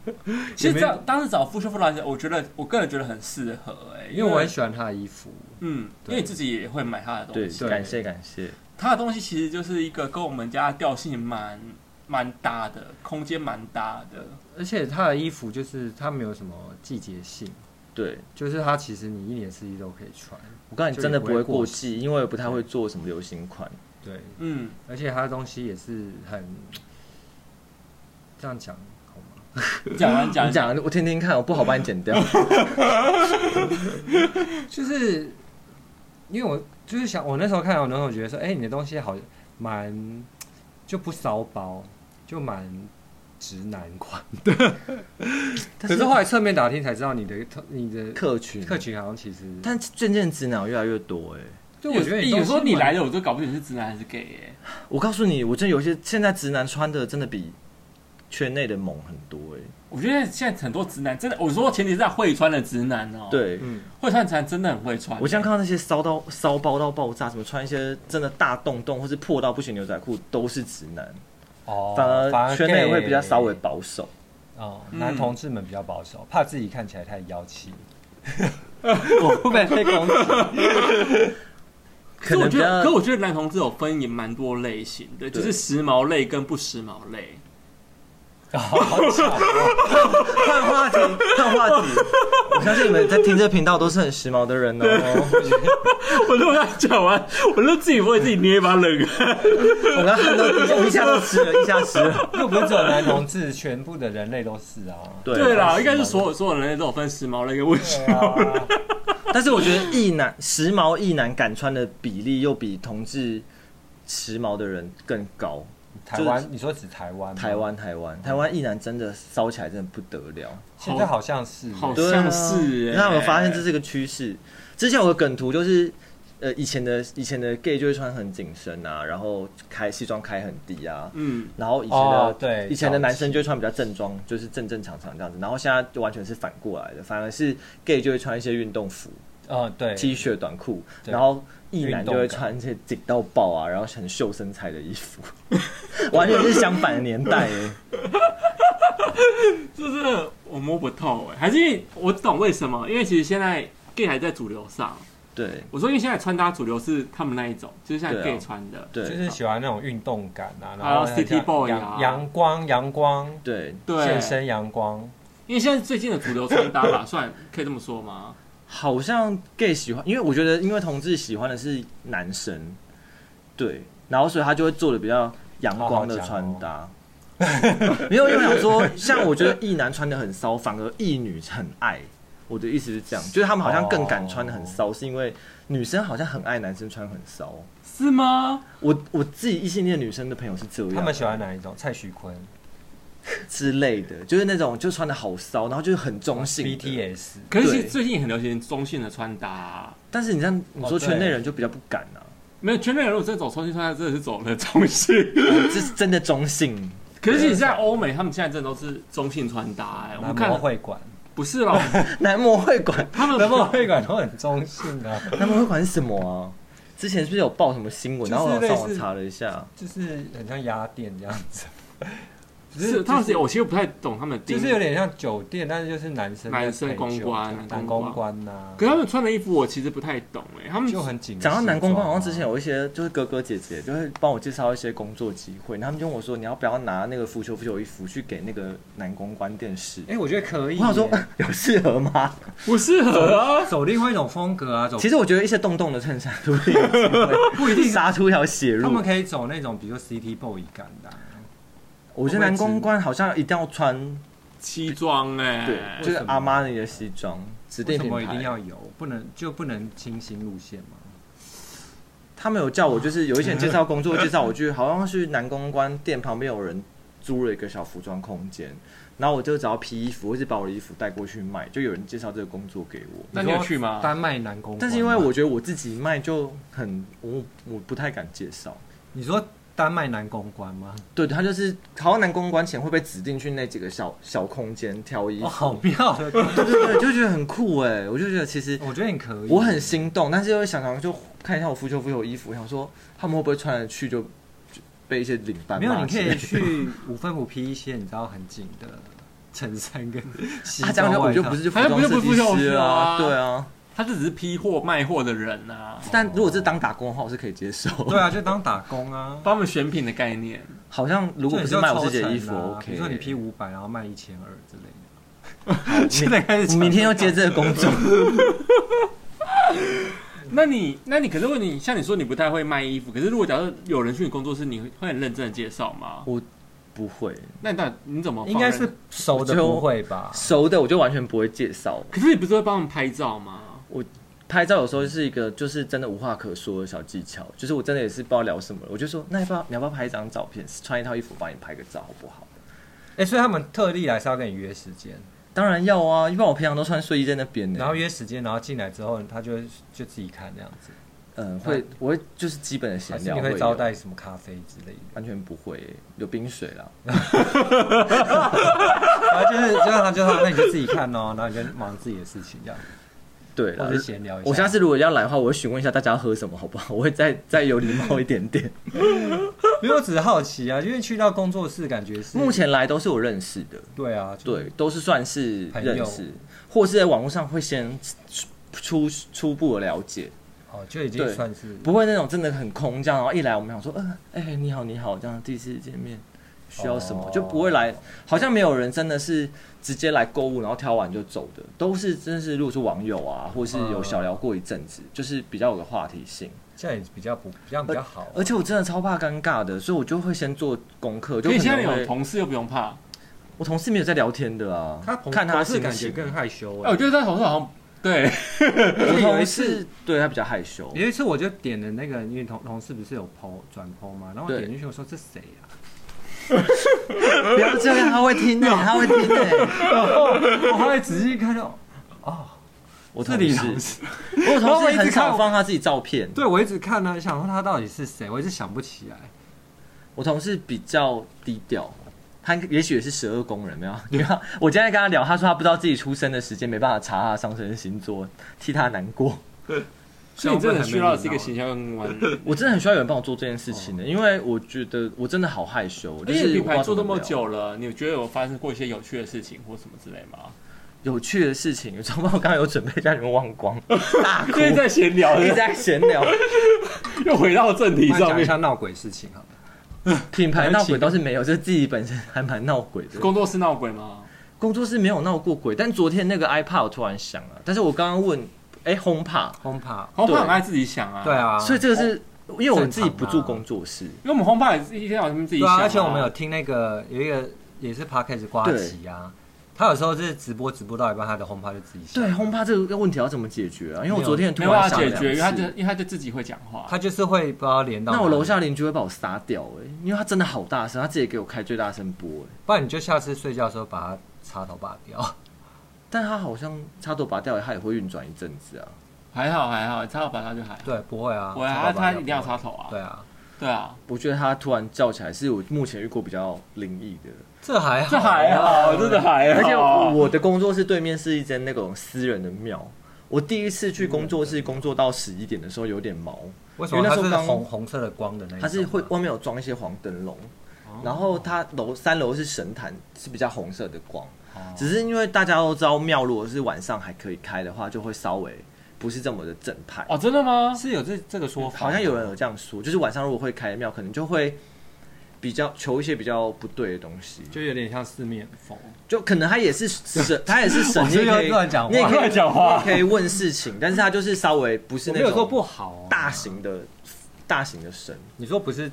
不对？其实也没这样，当时找腐朽腐朽来，我觉得我个人觉得很适合、哎，因为我很喜欢他的衣服，嗯，因对为自己也会买他的对东西，，对感谢感谢，他的东西其实就是一个跟我们家调性蛮蛮搭的，空间蛮搭的。而且他的衣服就是他没有什么季节性，对。就是他其实你一年四季都可以穿。我告诉你，真的不会过就季，因为我不太会做什么流行款。对，嗯，而且他的东西也是很，这样讲好吗？讲完讲啊你讲，我听听看，我不好帮你剪掉。 [laughs] 就是因为我就是想，我那时候看到，我那时候觉得说，哎、你的东西好蛮就不骚包，就蛮直男款的。可是后来侧面打听才知道，你的特你的客群，客，群好像其实，但渐渐直男越来越多哎、就我觉得有时候你来的的，我都搞不清是直男还是 gay 欸耶、我告诉你，我真的有些现在直男穿的真的比圈内的猛很多哎、我觉得现在很多直男真的，我说前提是在会穿的直男哦、，对，嗯，会穿的直男真的很会穿、我现在看到那些骚到骚包到爆炸，什么穿一些真的大洞洞或是破到不行牛仔裤，都是直男，哦反而圈内 gay 会比较稍微保守。哦，嗯男同志们比较保守，怕自己看起来太妖气。 [laughs] 我会被被 [laughs] 攻击，可可是我能比觉得，可较我觉得男同志有分也蛮多类型的，就是时髦类跟不时髦类。好巧哦 [laughs] 换话题，换话题。 [laughs] 我相信你们在听这个频道都是很时髦的人哦。 [laughs] 我都要讲完，我都自己为自己捏一把冷汗。我刚刚都一下都吃了，一下吃了。又不是只有男同志，全部的人类都是啊。对啦，时髦应该是所有所有人类都有分时髦类跟不 [laughs] 时对啊，但是我觉得异男时髦异男敢穿的比例又比同志时髦的人更高。台湾，你说指台湾吗？台湾，台嗯湾，台湾异男真的烧起来，真的不得了。现在好像是好对啊像是欸那我发现这是个趋势。之前有个梗图就是，呃，以前的以前的 gay 就会穿很紧身啊，然后开西装开很低啊，嗯，然后以前的、哦对以前的男生就会穿比较正装，就是正正常常这样子，然后现在就完全是反过来的，反而是 gay 就会穿一些运动服、呃，对 T 恤、短裤，对然后异男运就动会感穿一些紧到爆啊，然后很秀身材的衣服， [laughs] 完全是相反的年代 [laughs] 耶。欸就是我摸不透哎、还是因为我懂为什么？因为其实现在 gay 还在主流上，对我说，因为现在穿搭主流是他们那一种，就是现在对啊 gay 穿的，对就是喜欢那种运动感啊，然还有后很像 City Boy 啊阳阳光阳光，对，对，健身阳光，因为现在最近的主流穿搭 [laughs] 吧，算可以这么说吗？好像 gay 喜欢，因为我觉得因为同志喜欢的是男生，对，然后所以他就会做的比较阳光的穿搭。哦 [laughs] 没有，因为我想说，像我觉得异男穿的很骚，反而异女很爱。我的意思是这样，就是他们好像更敢穿的很哦骚，是因为女生好像很爱男生穿很骚。是吗？我我自己异性恋女生的朋友是这样，他们喜欢哪一种？蔡徐坤之类的，就是那种就穿的好骚，然后就是很中性哦的。 BTS，可是其对实最近也很流行中性的穿搭、啊，但是你像你说哦对圈内人就比较不敢啊，没有圈内人如果真的走中性穿搭，真的是走了中性。哦这是真的中性。 [laughs] [laughs] 可是其实在欧美，他们现在真的都是中性穿搭、哎，我男们看模会馆，不是 [laughs] 啦，男模会馆，他们男模会馆都很中性啊，男模会馆是什么啊？之前是不是有报什么新闻？就然是后我类上似网查了一下，就是很像鸭店这样子，只 [laughs] 是他们是，我其实不太懂他们的定就义，是有点像酒店，但是就是男生男生在陪公酒关这样男男公公关呐，可是他们穿的衣服我其实不太懂哎、他们就很紧。讲到男公关，好像之前有一些就是哥哥姐姐就会帮我介绍一些工作机会，然后他们就问我说，你要不要拿那个浮球浮球衣服去给那个男公关电视？哎、我觉得可以我耶。想说 [laughs] 有适合吗？不适合 [laughs] 啊，走另外一种风格啊，走其实我觉得一些洞洞的衬衫都会有机会不一定 [laughs] 啊杀出一条血他路们。可以走那种比如说 City Boy 感的啊、我觉得男公关好像一定要穿，西装哎、对，就是阿玛尼的西装，指为定什品么一定牌。要有？不能就不能清新路线吗？他们有叫我，就是有一些人介绍工作介绍我去， [laughs] 好像是男公关店旁边有人租了一个小服装空间，然后我就只要披衣服，或是把我的衣服带过去卖，就有人介绍这个工作给我。那你有去吗？丹麦男公关吗，但是因为我觉得我自己卖就很，我我不太敢介绍。你说丹麦男公关 [laughs] 吗？对，他就是好像男公关前会被指定去那几个小小空间挑衣哦，服，好妙的工作，对对对，就觉得很酷哎、我就觉得其实我觉得你可以。我很心动，但是又想想就看一下我浮球浮球衣服，想说他们会不会穿得去就就被一些领班没有，骂你之可类的以 [laughs] 去五分埔披一些你知道很紧的衬衫跟西啊他这装样就我外就套。不是就服他就装不是设不是计师服装设计师啊对啊。他就只是批货卖货的人啊，但如果是当打工的话，我是可以接受。 [laughs] 对啊，就当打工啊。帮他们选品的概念。好像如如果不是卖我自己的衣服，OK。啊比如说你批五百，然后卖一千二之类的。 [laughs] 现在开始，明天又接这个工作。 [laughs] 那你，那你可是问你，像你说你不太会卖衣服，可是如果假设有人去你工作室，你会很认真的介绍吗？我不会那你到底你怎么放应该任是熟的就不会吧？熟的，我就完全不会介绍。可是你不是会帮他们拍照吗？拍照有时候是一个就是真的无话可说的小技巧，就是我真的也是不知道聊什么了，我就说那要不要你要不要拍一张照片，穿一套衣服帮你拍个照好不好？哎、所以他们特地来是要跟你约时间，当然要啊，一般我平常都穿睡衣在那边呢。然后约时间，然后进来之后，他就会就自己看这样子。嗯，会我会就是基本的还闲是聊你会会有招，待什么咖啡之类的？完全不会耶有冰水啦。然后就是就让他就说，那你就自己看哦，然后你就忙自己的事情这样。对啦或者闲聊一下我下次如果要来的话，我会询问一下大家要喝什么好不好？ [laughs] 我会再再有礼貌一点点。没有，我只是好奇啊，因为去到工作室感觉是目前来都是我认识的，对啊，就对，都是算是朋友认识，或是在网络上会先初初初步的了解，哦就已经对算是不会那种真的很空这样，然后一来我们想说，嗯、呃，哎、你好，你好，这样第一次见面需要什么，哦就不会来，好像没有人真的是直接来购物，然后挑完就走的，都是真是如果是网友啊，或是有小聊过一阵嗯子，就是比较有个话题性，这样也比较不这样比较好啊、呃而且我真的超怕尴尬的，所以我就会先做功课，就所以可现在能有会同事又不用怕。我同事没有在聊天的啊，他同看他同事心感觉情更害羞哎、哎、我觉得在同事好像对，我而且有同一事次对他比较害羞，有一次我就点了那个，因为同同事不是有 PO 转 PO 嘛，然后我对点进去我说这谁啊？不要这样，他会听的、他会听欸的、 [laughs] 我后来仔细看到，我是同李同事，事，我然后同我一事直很看少我放他自己照片，对我一直看呢，想说他到底是谁，我一直想不起来。我同事比较低调，他也许也是十二宫人，没有？啊 [laughs] 没有我今天跟他聊，他说他不知道自己出生的时间，没办法查他的上升星座，替他难过。所以你真的需要的是一个形象公关。 [laughs] 我真的很需要有人帮我做这件事情的，因为我觉得我真的好害羞，而就且是品我不知道牌做怎这么聊，久了，你有觉得有发生过一些有趣的事情或什么之类吗？有趣的事情，你知道吗？我刚刚有准备，但你们忘 [laughs] 光，大哭，现在在闲聊，一直在闲 [laughs] 聊。又回到正题那上讲一面。下闹鬼事情好了。品牌闹鬼倒是没有，就是自己本身还蛮闹鬼的。工作室闹鬼吗？工作室没有闹过鬼，但昨天那个 iPad 我突然想了，但是我刚刚问，哎、轰趴，轰趴，红胖很爱自己想啊，对，啊，所以这个是、哦因为我们自己正常不啊住工作室，因为我们红胖也是一天到晚他们自己对想、啊，而且我们有听那个有一个也是 podcast 瓜吉啊，他有时候是直播直播到一半，他的轰趴就自己响对，轰趴这个问题要怎么解决啊？因为我昨天也突没然办法想了解两决，因为他就次因为他就自己会讲话，他就是会不知道连到哪那里。我楼下邻居会把我杀掉哎、诶因为他真的好大声，他自己给我开最大声播哎、诶不然你就下次睡觉的时候把它插头拔掉。 [laughs] 但他好像插头拔掉了，他也会运转一阵子啊。还好还好，插头拔他就还好。对，不会啊，我啊，插头拔他掉一定要。插头啊。对啊，对啊，我觉得他突然叫起来是我目前遇过比较灵异的，这还好，啊这还好，真的还好。而且我的工作室对面是一间那种私人的庙。我第一次去工作室工作到十一点的时候有点毛，为什么因为那它时候是刚红红色的光的那一种啊？它是会外面有装一些黄灯笼，哦然后它楼三楼是神坛，是比较红色的光。哦只是因为大家都知道庙如果是晚上还可以开的话，就会稍微不是这么的正派。哦，真的吗？是有这这个说法，好像有人有这样说，就是晚上如果会开庙，可能就会比较求一些比较不对的东西。就有点像四面佛。就可能他也是神，他也是神，我你也是要可以乱讲话你也可以乱讲话你也可以问事情，但是他就是稍微不是我那没有说种不好哦，大型的大型的神，你说不是？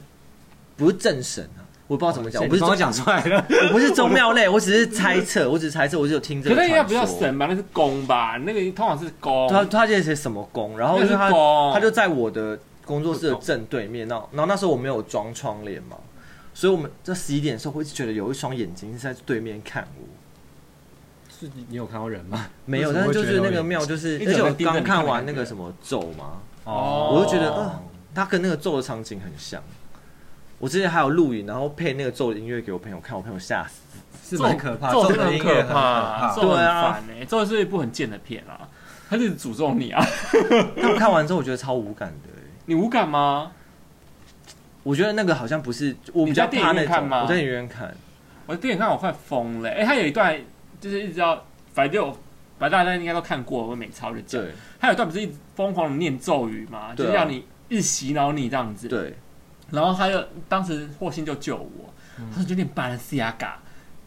不是正神啊，我不知道怎么讲，我哦你不是帮我宗讲出来了， [laughs] 我不是宗庙类，我只是猜测，我只是猜测，我只有听可这个那传应说。该不叫神吧？那是公吧？那个通常是公。他他这是什么宫？然后那就是是他宫他就在我的工作室的正对面，然后然后那时候我没有装窗帘嘛，所以我们在十一点的时候，我一直觉得有一双眼睛是在对面看我。是你你有看到人吗？没有，为什但么是会就是觉得那个有庙，就是一而整且个我盯着你刚看看的完感那觉个什么咒嘛，哦我就觉得，呃，他跟那个咒的场景很像。我之前还有录影，然后配那个咒的音乐给我朋友看，我朋友吓死。是蛮可怕，这这种种很音乐可很可怕，这怕这 [laughs] 种种很很烦烦哎，这种是一部很贱的片啊，他就是诅咒你啊， [laughs] 但我看完之后，我觉得超无感的、欸。你无感吗？我觉得那个好像不是我你比在较电影怕院那看种吗，我在影院看，我的电影看我快疯了欸，哎、他有一段就是一直要，反正就反正大家应该都看过，我美超就讲，对他有一段不是一直疯狂的念咒语嘛，就对啊是要你一直洗脑你这样子，，对，然后他就当时霍信就救我，嗯他说你就念巴伦西亚嘎，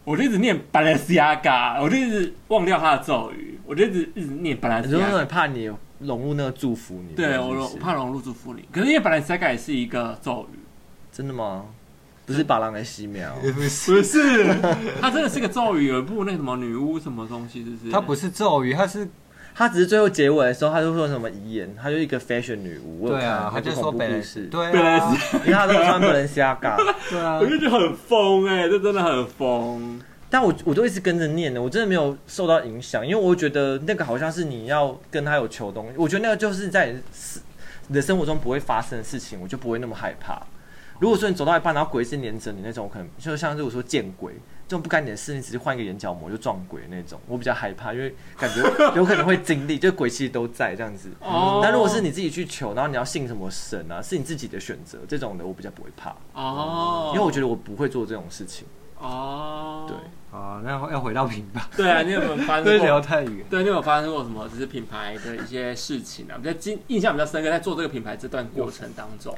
我就一直念巴伦西亚嘎，我就一直忘掉他的咒语，我就一直一直念巴伦你西说亚那嘎种。怕你融入那个祝福你，对是我不容是我怕融入祝福你，可是因为巴伦西亚嘎也是一个咒语，真的吗？不是把狼给吸秒，不是， [laughs] 它真的是个咒语，有一部那个什么女巫什么东西，就是它不是咒语，它是他只是最后结尾的时候，他就说什么遗言，他就一个 fashion 女巫，我有对啊，他看那就部说恐怖本故人事，对本来啊，是因为他都穿 Balenciaga，对啊我，就觉得很疯哎、这真的很疯。但我我都一直跟着念的，我真的没有受到影响，因为我觉得那个好像是你要跟他有求东西，我觉得那个就是在你是你的生活中不会发生的事情，我就不会那么害怕。如果说你走到一半，然后鬼是黏着你那种，我可能就像是我说见鬼这种不干你的事，你只是换一个眼角膜就撞鬼那种，我比较害怕，因为感 [laughs] 觉有可能会经历，就鬼其实都在这样子。哦但如果是你自己去求，然后你要信什么神啊，是你自己的选择，这种的我比较不会怕，哦，因为我觉得我不会做这种事情。哦，对。好，那要回到平吧，对啊，你有没有 [laughs] 发这生聊过？太远。对，你有没有发生过什么？就是品牌的一些事情啊，比较经印象比较深刻，在做这个品牌这段过程当中，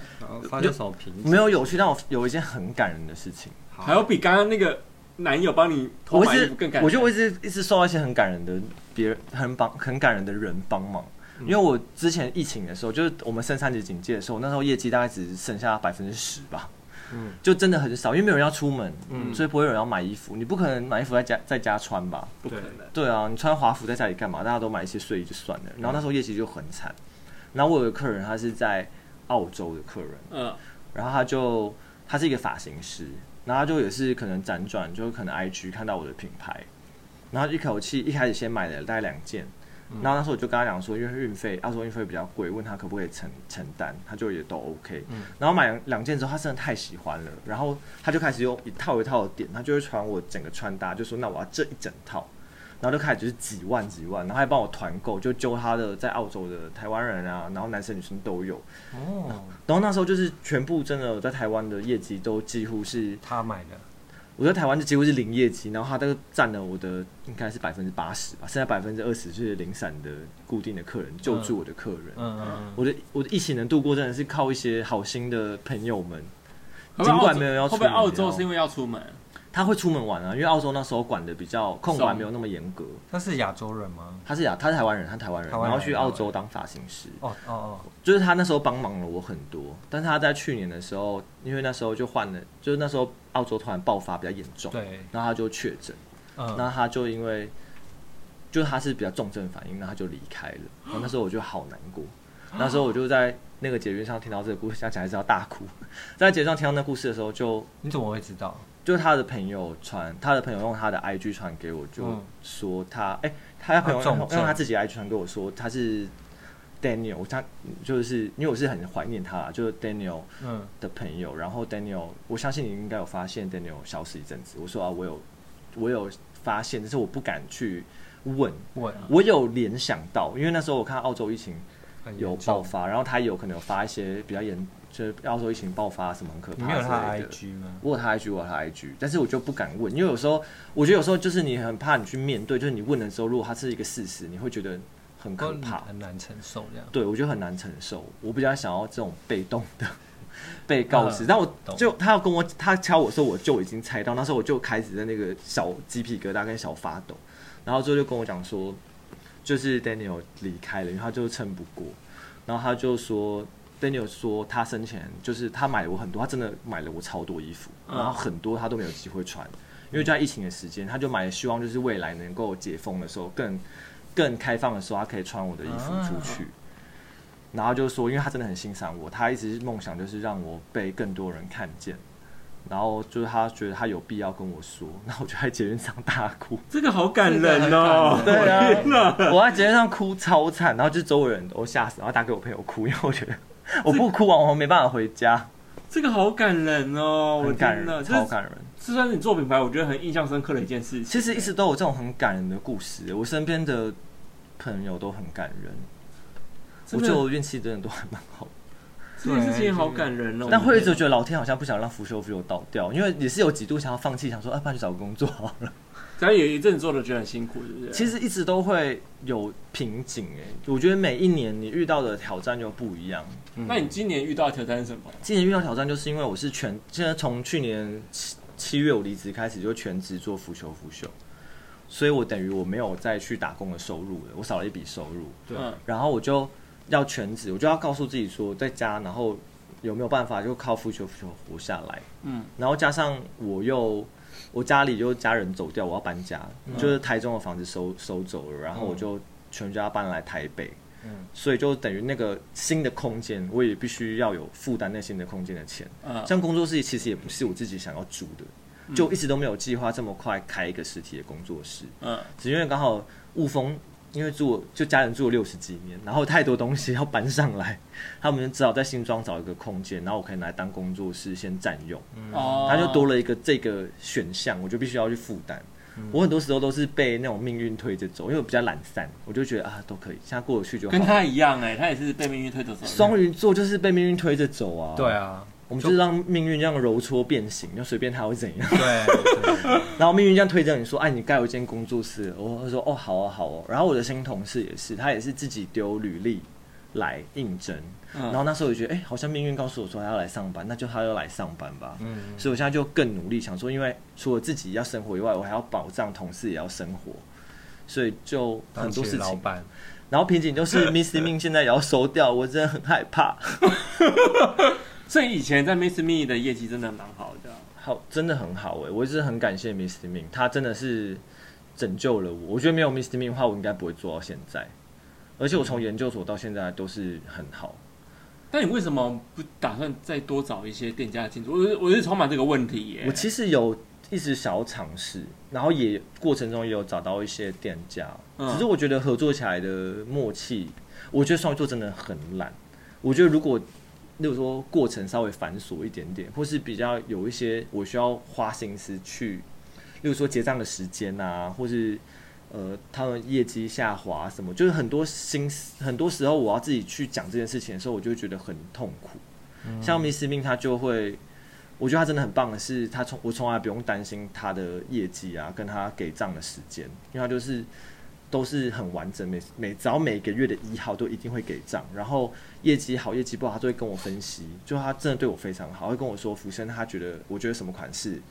发生什么瓶颈？没有有趣，但我有一件很感人的事情。还有比刚刚那个男友帮你偷我一买衣直服更感人，我觉得我一直一直受到一些很感人的别人很帮很感人的人帮忙。嗯因为我之前疫情的时候，就是我们升三级警戒的时候，那时候业绩大概只剩下百分之十吧，嗯就真的很少，因为没有人要出门，嗯所以不会有人要买衣服。你不可能买衣服在家在家穿吧？不可能。对啊，你穿华服在家里干嘛？大家都买一些睡衣就算了。然后那时候业绩就很惨。然后我有个客人，他是在澳洲的客人，嗯，然后他就他是一个发型师，然后他就也是可能辗转，就可能 IG 看到我的品牌，然后一口气一开始先买了大概两件，然后那时候我就跟他讲说，因为运费澳洲运费比较贵，问他可不可以承承担，他就也都 OK，、然后买两两件之后，他真的太喜欢了，然后他就开始用一套一套的点，他就会传我整个穿搭，就说那我要这一整套。然后就开始就是几万几万，然后还帮我团购，就揪他的在澳洲的台湾人啊，然后男生女生都有，哦，然后那时候就是全部真的在台湾的业绩都几乎是他买的，我在台湾就几乎是零业绩，然后它都占了我的应该是百分之八十吧，剩下百分之二十就是零散的固定的客人救助我的客人。嗯嗯我的我的疫情能度过，真的是靠一些好心的朋友们。会不会尽管澳洲没有要会不会出门澳洲然后是因为要出门？他会出门玩啊，因为澳洲那时候管的比较控管没有那么严格。他是亚洲人吗？他是亚，啊他是台湾人，他台湾嗯人，台湾然人后去澳洲当发型师。哦哦哦，就是他那时候帮忙了我很多，但是他在去年的时候，因为那时候就换了，就是那时候澳洲突然爆发比较严重，对，然后他就确诊，嗯，那他就因为就他是比较重症反应，那他就离开了。嗯然后那时候我就好难过，那时候我就在那个节目上听到这个故事，想起来是要大哭。 [laughs] 在节目上听到那故事的时候就，你怎么会知道？就他的朋友传，他的朋友用他的 IG 传给我，就嗯说他，哎、他的朋友他重用症用他自己的 IG 传给我说他是 Daniel，他就是因为我是很怀念他啦，就是 Daniel 嗯的朋友，然后 Daniel，我相信你应该有发现 Daniel 消失一阵子。我说啊，我有，我有发现，但是我不敢去问，我我有联想到，因为那时候我看澳洲疫情很有严重爆，发，然后他有可能有发一些比较严，就是澳洲疫情爆发什么很可你怕没有他的之类的。 IG 吗？我有他 IG，我有他 IG，但是我就不敢问，因为有时候我觉得有时候就是你很怕你去面对，就是你问的时候，如果它是一个事实，你会觉得很可都怕，很难承受这样。对我觉得很难承受。我比较想要这种被动的 [laughs] 被告知，嗯但我啊懂就他要跟我他敲我说，我就已经猜到，那时候我就开始在那个小鸡皮疙瘩跟小发抖，然后之后就跟我讲说，就是 Daniel 离开了，因为他就撑不过，然后他就说。Daniel 说，他生前就是他买了我很多，他真的买了我超多衣服，嗯然后很多他都没有机会穿，因为就在疫情的时间，他就买了，希望就是未来能够解封的时候，更更开放的时候，他可以穿我的衣服出啊去。然后就说，因为他真的很欣赏我，他一直梦想就是让我被更多人看见。然后就是他觉得他有必要跟我说， [laughs] 然后我就在捷运上大 [laughs] 哭，这个好感人哦！这个很感啊人天哪我在捷运上哭超惨，然后就周围人都吓死，然后打给我朋友哭， [laughs] 因为我觉得我不哭完我没办法回家，这个好感人哦！我很感天哪，人，这超是感人。这算是你做品牌，我觉得很印象深刻的一件事情。其实一直都有这种很感人的故事，我身边的朋友都很感人，我真觉的得我运气真的都还蛮好的。这件事情好感人哦！ [laughs] 但会一直我觉得老天好像不想让腐朽腐朽倒掉，因为也是有几度想要放弃，想说啊，不然去找个工作 [laughs] 好了。只要有一阵子做的觉得很辛苦，对不对？其实一直都会有瓶颈哎、我觉得每一年你遇到的挑战就不一样。那你今年遇到的挑战是什么？今年遇到挑战就是因为我是全，现在从去年七七月我离职开始就全职做腐朽腐朽，所以我等于我没有再去打工的收入了，我少了一笔收入。对嗯然后我就要全职，我就要告诉自己说，在家然后有没有办法就靠腐朽腐朽活下来。嗯，然后加上我又我家里就家人走掉，我要搬家，就是台中的房子收收走了，然后我就全家搬来台北，嗯所以就等于那个新的空间，我也必须要有负担那新的空间的钱。嗯像工作室其实也不是我自己想要住的，就一直都没有计划这么快开一个实体的工作室，嗯，只因为刚好雾峰。因为住就家人住了六十几年，然后太多东西要搬上来，他们只好在新庄找一个空间，然后我可以拿来当工作室先占用。哦，他就多了一个这个选项，我就必须要去负担。我很多时候都是被那种命运推着走，因为我比较懒散，我就觉得啊都可以，现在过得去就哦好。跟他一样哎，他也是被命运推着走。双鱼座就是被命运推着走啊，对，啊，我们就是让命运这样揉搓变形，就随便它会怎样。对对，然后命运这样推着你说，哎、你该有一间工作室了，我会说哦好啊好哦、然后我的新同事也是，他也是自己丢履历来应征，然后嗯，那时候我就觉得，哎、好像命运告诉我说他要来上班，那就他要来上班吧。嗯，所以我现在就更努力，想说，因为除了自己要生活以外，我还要保障同事也要生活，所以就很多当事起老情。板，然后瓶颈就是 Miss Ming 现在也要收掉，我真的很害怕。所以以前在 Miss Me 的业绩真的蛮好的。啊好，真的很好哎、我真的很感谢 Miss Ming，她真的是拯救了我。我觉得没有 Miss Ming 的话，我应该不会做到现在。而且我从研究所到现在都是很好，那你为什么不打算再多找一些店家进驻？我是我是充满这个问题耶。我其实有一直想要尝试，然后也过程中也有找到一些店家，嗯只是我觉得合作起来的默契，我觉得双鱼座真的很懒。我觉得如果，例如说过程稍微繁琐一点点，或是比较有一些我需要花心思去，例如说结账的时间啊，或是呃他们业绩下滑什么，就是很多心思很多时候我要自己去讲这件事情的时候，我就会觉得很痛苦。像 Miss Ming 他就会我觉得他真的很棒的是，他从我从来不用担心他的业绩啊，跟他给账的时间，因为他就是都是很完整，每每只要每个月的一号都一定会给账，然后业绩好业绩不好，他都会跟我分析，就他真的对我非常好，会跟我说福生他觉得我觉得什么款式，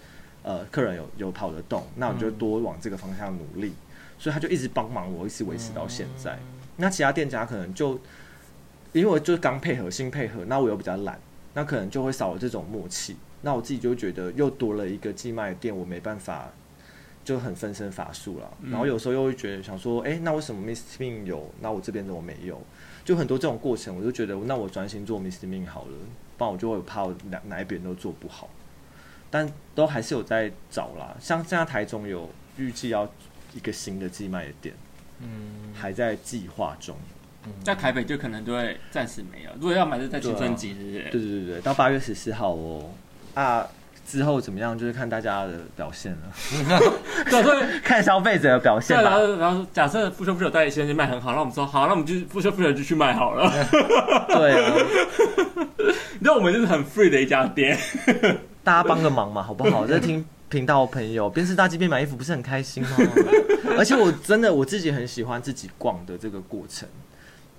呃，客人有有跑得动，那我就多往这个方向努力，所以他就一直帮忙我，一直维持到现在。那其他店家可能就因为我就是刚配合新配合，那我又比较懒，那可能就会少了这种默契。那我自己就觉得又多了一个寄卖店，我没办法就很分身乏术了。然后有时候又会觉得想说，哎、那为什么 Miss Min 有，那我这边怎么没有？就很多这种过程，我就觉得那我专心做 Miss Min 好了，不然我就会怕我哪哪一边都做不好。但都还是有在找啦，像现在台中有预计要一个新的寄卖店，嗯，还在计划中。在台北就可能就会暂时没有，如果要买就在青春期，是不是？对对对对，到八月十四号哦。啊，之后怎么样？就是看大家的表现了， [laughs] 对，啊所以看消费者的表现对，然吧。后然后假设不修不修在先生卖很好，那我们说好，那我们就不修不修就去卖好了。 [laughs] 对啊，你知道我们就是很 free 的一家店，大家帮个忙嘛，好不好？在听频道的朋友，边吃炸鸡边买衣服，不是很开心吗？而且我真的我自己很喜欢自己逛的这个过程，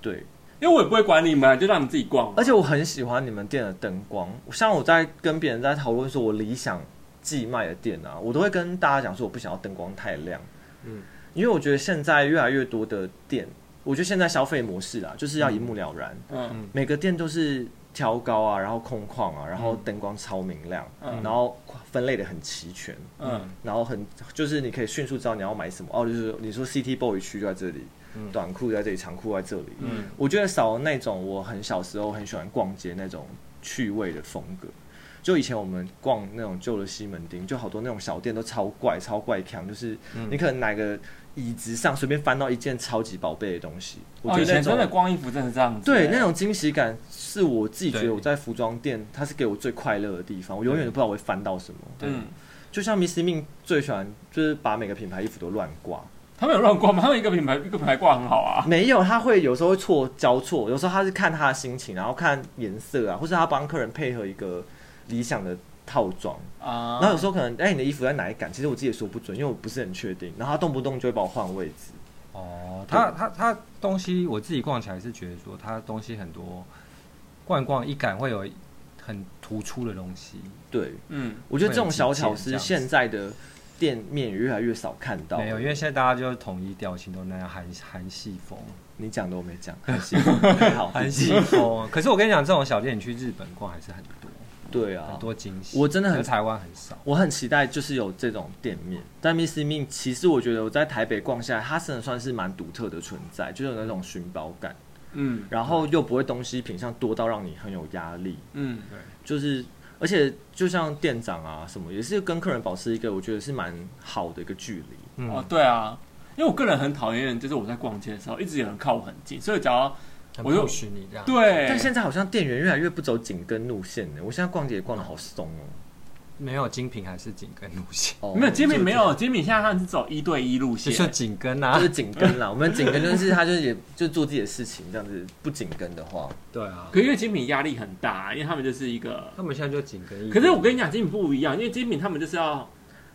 对，因为我也不会管你们，就让你们自己逛。而且我很喜欢你们店的灯光，像我在跟别人在讨论说我理想寄卖的店啊，我都会跟大家讲说我不想要灯光太亮，嗯嗯，因为我觉得现在越来越多的店，我觉得现在消费模式啊，就是要一目了然，嗯每个店都是挑高啊，然后空旷啊，然后灯光超明亮，嗯然后分类的很齐全，嗯，然后很就是你可以迅速知道你要买什么哦，就是你说 CT boy 区就在这里，嗯短裤在这里，长裤在这里。嗯我觉得少了那种我很小时候很喜欢逛街那种趣味的风格。就以前我们逛那种旧的西门町，就好多那种小店都超怪、超怪强，就是嗯你可能哪个椅子上随便翻到一件超级宝贝的东西。我哦，觉以得那前真种、的光衣服真的是这样子，对那种惊喜感，是我自己觉对得我在服装店它是给我最快乐的地方。我永远都不知道我会翻到什么。嗯，就像 Miss Min 最喜欢就是把每个品牌衣服都乱挂，他们有乱逛吗？他们一个品牌一个品牌挂很好啊。没有他会有时候会错交错，有时候他是看他的心情，然后看颜色啊，或是他帮客人配合一个理想的套装。啊，然后有时候可能哎、你的衣服在哪一杆，其实我自己也说不准，因为我不是很确定。然后他动不动就会帮我换位置，哦，他他他东西我自己逛起来是觉得说，他东西很多，逛一逛一感会有很突出的东西，对嗯，我觉得这种小巧会思有几件这样子现在的店面也越来越少看到。没有，因为现在大家就是统一调性都那样韩韩系风，你讲的我没讲，韩系好，韩系风。可是我跟你讲，这种小店你去日本逛还是很多，对啊很，多惊喜。我真的很可是台湾很少。我很期待就是有这种店面，但 Miss Min 其实我觉得我在台北逛下来，它真的算是蛮独特的存在，就是有那种寻宝感，嗯然后又不会东西品相多到让你很有压力，嗯就是而且就像店长啊什么，也是跟客人保持一个我觉得是蛮好的一个距离。嗯，哦，对啊，因为我个人很讨厌，就是我在逛街的时候一直有人靠我很近，所以只要很我就不许你这样。，对，啊但现在好像店员越来越不走紧跟路线呢，我现在逛街也逛的好松哦。没有精品还是紧跟路线，哦没有杰米就是没有杰米，现在他是走一对一路 [laughs] 就线，是紧跟 [laughs] 就啊是。紧跟啦，我们紧跟就是他就是也就做自己的事情，这样子不紧跟的话，对啊，可因为精品压力很大，因为他们就是一个。他们现在就紧跟一。可是我跟你，讲，精品不一样，因为精品他们就是要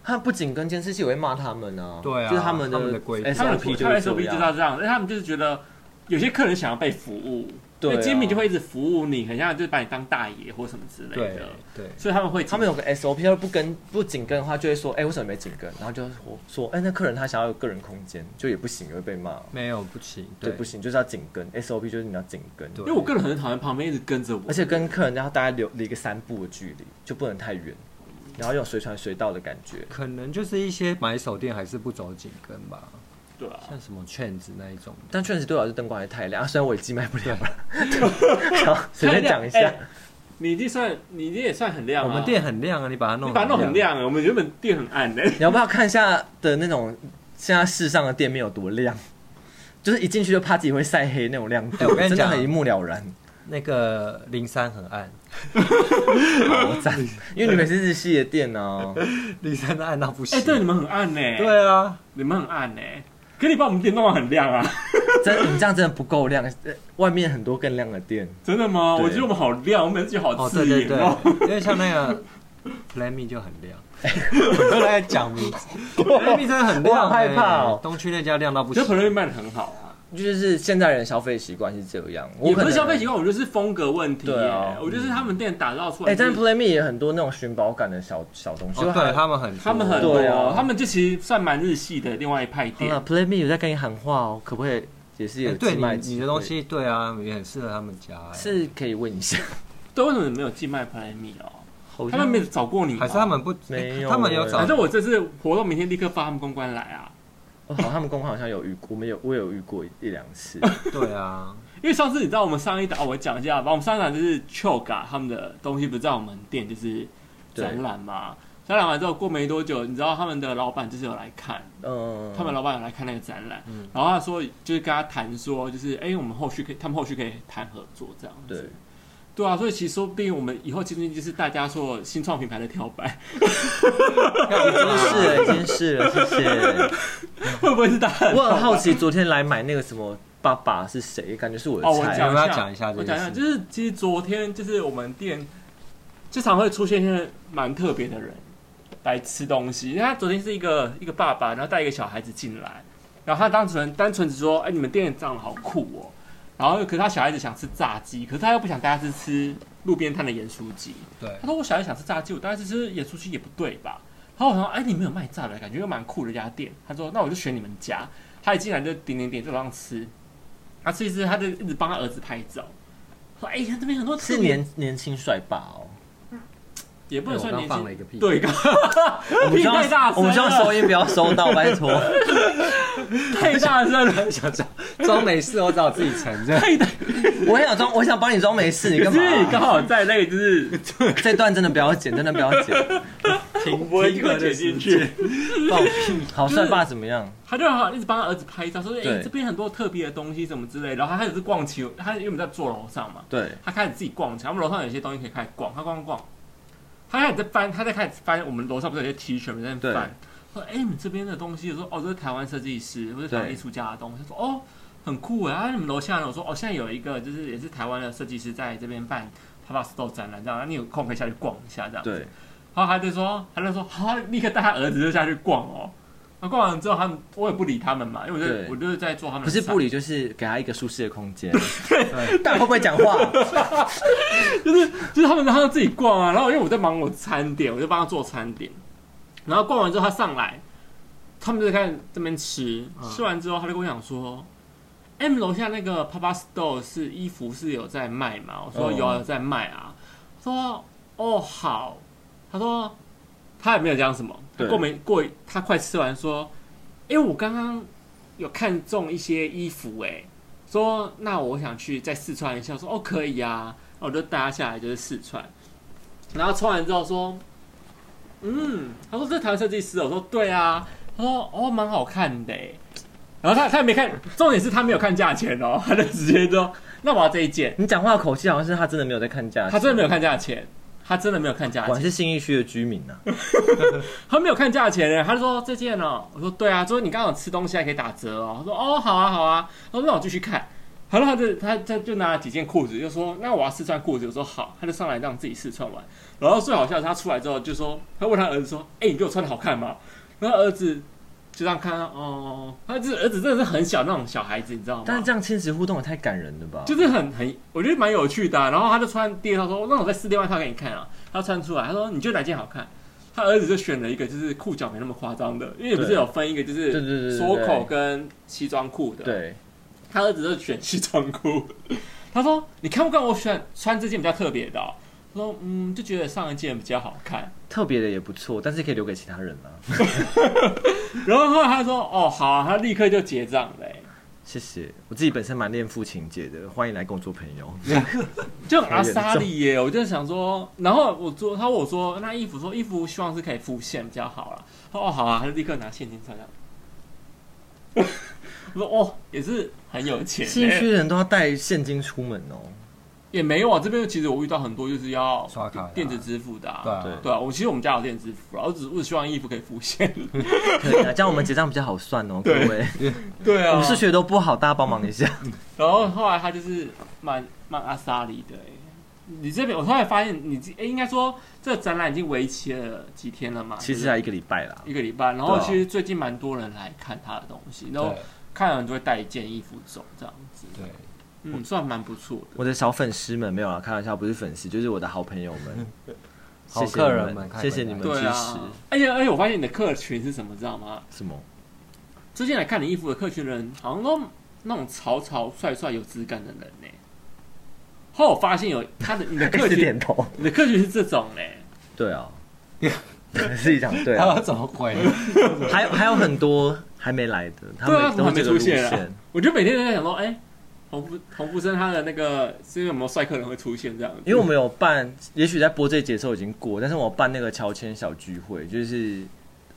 他不紧跟监视器，我会骂他们啊。对啊就是他们他们的规矩 SOP 他们的就是他们 SOP 就这样知道这样，但他们就是觉得有些客人想要被服务，对啊所以精品就会一直服务你，很像就是把你当大爷或什么之类对的，对，所以他们会他们有个 SOP，要是不跟不紧跟的话，就会说，哎、为什么没紧跟？然后就我说，哎、那客人他想要有个人空间，就也不行，也会被骂。没有不行，对，不行，就是要紧跟 SOP，就是你要紧跟。对因为我个人很讨厌旁边一直跟着我，而且跟客人要大概留离个三步的距离，就不能太远，然后有随传随到的感觉。可能就是一些买手店还是不走紧跟吧，对啊，像什么圈子那一种的。但确实对我来说灯光还太亮，啊虽然我也寄卖不了了， [laughs] 好随便讲一下。哎你一定算你一定也算很亮啊，我们店很亮啊，你把它弄，你把它弄很。亮啊，我们原本店很暗的，你要不要看一下的那种现在世上的店面有多亮？就是一进去就怕自己会晒黑那种亮度，哎我跟你真的讲很一目了然。那个零三很暗，好我赞，因为你们是日系的店哦呢、零三的暗到不行。哎，对，你们很暗呢，，对啊，你们很暗呢，可你把我们店弄得很亮啊，真你这样真的不够亮，呃外面很多更亮的店。真的吗？对我觉得我们好亮，我们自己好哦，刺对对眼哦，对，因为像那个 Plan Me 就很亮，我都在讲名字，Plan Me 真的很亮、欸，我好害怕哦东区那家亮到不这行，可能卖的很好啊，就是现在人消费习惯是这样，我也不可是能消费习惯，我觉得是风格问题耶、对啊我觉得是他们店打造出来哎、就是。但 Play Me 也很多那种寻宝感的小小东西。哦，对他们很，他们很多，对啊他们就其实算蛮日系的另外一派店。啊，Play Me 有在跟你喊话哦，可不可以也是哎有对寄卖你你的东西，对啊，也很适合他们家、哎是可以问一下，对，为什么你没有寄卖 Play Me 哦？好他像们没有找过你吗，还是他们不，没有他们有欸找，哎反正我这次活动明天立刻发他们公关来啊，哦好，他们公关好像有遇过，我们有我有遇过一一两 [laughs] 次，对啊，因为上次你知道我们上一档，哦我讲一下吧，我们上一档就是 Choga 他们的东西不是在我们店就是展览嘛，展览完之后过没多久，你知道他们的老板就是有来看，嗯，他们老板有来看那个展览，嗯然后他说就是跟他谈说，就是哎、我们后续可以，他们后续可以谈合作这样子。对，对啊，所以其实说不定我们以后进军就是大家说新创品牌的跳板， [laughs] 已经是了，已经是了，谢谢。 [laughs] 会不会是大家的我很跳板好奇，昨天来买那个什么爸爸是谁？感觉是我的哦，我菜。讲我一要下，讲一下这我件讲一下，事就是其实昨天就是我们店经常会出现一些蛮特别的人来吃东西，因为他昨天是一个一个爸爸，然后带一个小孩子进来，然后他单纯单纯只说，哎、你们店长得好酷哦，然后可是他小孩子想吃炸鸡，可是他又不想带他去吃路边摊的盐酥鸡，对他，说我小孩想吃炸鸡，我带他去吃盐酥鸡也不对吧？然后我想说，哎、你们有卖炸的，感觉又蛮酷的一家店。他说，那我就选你们家。他一进来就点点点就让吃，他吃一吃，他就一直帮他儿子拍照。说，哎、呀，这边很多特别是年年轻帅爸哦，也不能算哎我年刚放了一轻，个屁，对，刚我们屁希太大望声我们希望了收音不要收到，拜托。啊太大声 [laughs] 了，想装装没事，我只好自己承 [laughs] 认。太大。我想装，我想帮你装没事，你可干是刚嘛？好在那个就是，这段真的不要剪，真的不要 [laughs] 剪。我不会刻剪进去。放屁！好帅爸怎么样？ [laughs] 他就好像一直帮他儿子拍照，说，哎、对这边很多特别的东西什么之类的。然后他也是逛起，他因为我们在坐楼上嘛，对，他开始自己逛起来，我们楼上有些东西可以开始逛，他逛逛，他开始在翻，他在开始翻我们楼上不是有些 T 恤吗，在那边翻，说哎、你们这边的东西，我说哦这是台湾设计师或者台湾对艺术家的东西，他说哦很酷哎，啊你们楼下呢？我说哦现在有一个就是也是台湾的设计师在这边办 p a p a s t o 展览，这样，那你有空可以下去逛一下这样，对，然后他就说，他就说，好，立刻带他儿子就下去逛哦。那逛完之后，他们我也不理他们嘛，因为我对就我就是在做他们不的是菜，不理，就是给他一个舒适的空间。但会不会讲话？就是他们让他自己逛啊，然后因为我在忙我餐点，我就帮他做餐点。然后逛完之后，他上来，他们就在这边吃，吃完之后他就跟我讲说：“M 楼下那个 Papa Store 是衣服是有在卖嘛？”我说：“嗯有啊有在卖啊。”他说：“哦好。”他说他也没有讲什么，他对过没过一他快吃完说：“因为我刚刚有看中一些衣服、欸，说那我想去再试穿一下，我说哦可以啊，然后我就带他下来就是试穿，然后穿完之后说，嗯，他说这是台湾设计师哦，我说对啊，他说哦蛮好看的欸，然后他他也没看，重点是他没有看价钱哦，他就直接说那我要这一件，你讲话的口气好像是他真的没有在看价钱，他真的没有看价钱，他真的没有看价果然钱，是信义区的居民啊！他没有看价钱欸，他就说这件哦，我说对啊，他说你刚好吃东西还可以打折哦，他说哦好啊好啊，他说那我继续看。然后他就他他就拿了几件裤子，就说那我要试穿裤子，我说好，他就上来让自己试穿完。然后最好笑的是他出来之后就说，他问他儿子说，哎、你觉得我穿的好看吗？然后儿子就这样看他，哦，他这儿子真的是很小那种小孩子，你知道吗？ [laughs] 但是这样亲子互动也太感人了吧？就是很很，我觉得蛮有趣的啊、然后他就穿第二套说，那我再试另外一套给你看啊。他穿出来，他说你觉得哪件好看？他儿子就选了一个，就是裤脚没那么夸张的，因为不是对有分一个就对对对对是对锁口跟西装裤的。，对，他儿子就选西装裤。他说：“你看不看我选穿这件比较特别的、哦？”他说：“嗯，就觉得上一件比较好看。特别的也不错，但是可以留给其他人啊。”然后后来他说：“哦，好、啊。”他立刻就结账欸嘞、谢谢，我自己本身蛮恋父情节的，欢迎来跟我做朋友。就很阿莎莉耶，我就想说，然后我说，他问我说，那衣服说衣服希望是可以付现比较好啦。他说哦好啊，他就立刻拿现金出来。 [laughs] 我说哦，也是很有钱信义区耶，人都要带现金出门哦。也没有啊。这边其实我遇到很多就是要刷卡的啊电子支付的、啊，对啊对对啊。我其实我们家有电子支付啊，我只我只希望衣服可以付 [laughs] 现。可以啊，这样我们结账比较好算哦，各位。对我啊们，数学都不好，大家帮忙一下。然后后来他就是蛮蛮阿莎莉的耶，欸你这边我突然发现你这，诶应该说这个展览已经为期了几天了嘛？其对实不还对一个礼拜啦。一个礼拜，然后对啊其实最近蛮多人来看他的东西，然后对看了人就会带一件衣服走这样子，对，嗯，算蛮不错的。我的小粉丝们没有啦，开玩笑，不是粉丝，就是我的好朋友们，好谢谢客你人们们，谢谢你快们回支对持啊。，而且而且我发现你的客群是什么，知道吗？什么？最近来看你衣服的客群人，好像都那种潮潮帅帅有质感的人呢、后来我发现有他的你的 [laughs] 客一直群点，头。你的客群是这种嘞、对 [laughs] 啊，是一场 [laughs] 对他要啊，怎么回？ [laughs] 还有还有很多还没来的，他对啊，怎们都么会还没这个出路现啊线。？我就每天都在想说，哎、洪福洪福生他的那个是有没有帅客人会出现这样子？因为我们有办，也许在播这一节的时候已经过，但是我办那个乔迁小聚会，就是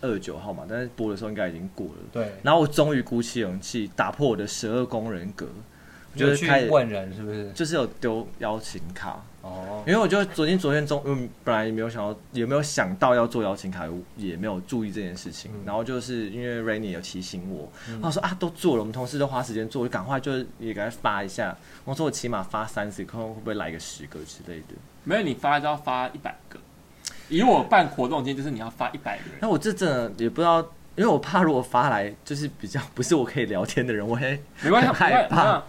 二九号嘛，但是播的时候应该已经过了。对，然后我终于鼓起勇气，打破我的十二宫人格，你有就是去开始问人是不是？就是有丢邀请卡，哦，因为我就昨天昨天中，嗯，本来也没有想到，也没有想到要做邀请卡，也没有注意这件事情。嗯然后就是因为 Rainy 有提醒我，然后我说啊，都做了，我们同事都花时间做，就赶快就是也赶快发一下。我说我起码发三十，看会不会来个十个之类的。没有你发就要发一百个，以我办活动今天就是你要发一百人，那我这真的也不知道，因为我怕如果发来就是比较不是我可以聊天的人，我会没关系，很 [laughs] 害怕没关系。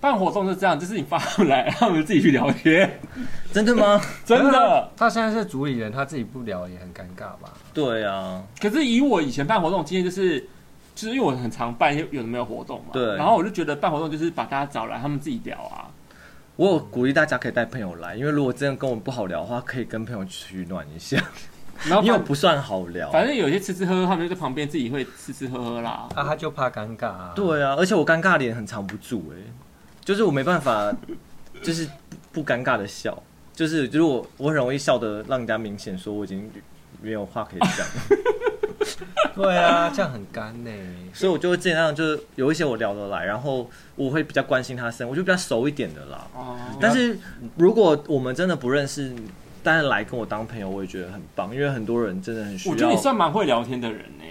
办活动是这样，就是你发上来，让他们自己去聊天，真的吗？真 [laughs] 的。他现在是主理人，他自己不聊也很尴尬吧？对啊，可是以我以前办活动经验，就是就是因为我很常办一些有的没有活动嘛，对然后我就觉得办活动就是把大家找来，他们自己聊啊。我有鼓励大家可以带朋友来，因为如果真的跟我们不好聊的话，可以跟朋友取暖一下，然后 [laughs] 因为我反不算好聊。反正有些吃吃喝喝，他们就在旁边自己会吃吃喝喝啦。啊，他就怕尴尬、啊。，对啊，而且我尴尬脸很藏不住哎、就是我没办法， [laughs] 就是不不尴尬的笑，就是如果我很容易笑的让人家明显说我已经没有话可以讲， [laughs] 对啊，这样很干呢、所以我就会尽量就是有一些我聊得来，然后我会比较关心他生，活，我就比较熟一点的啦。哦，但是如果我们真的不认识，但是来跟我当朋友，我也觉得很棒，因为很多人真的很需要。我觉得你算蛮会聊天的人呢、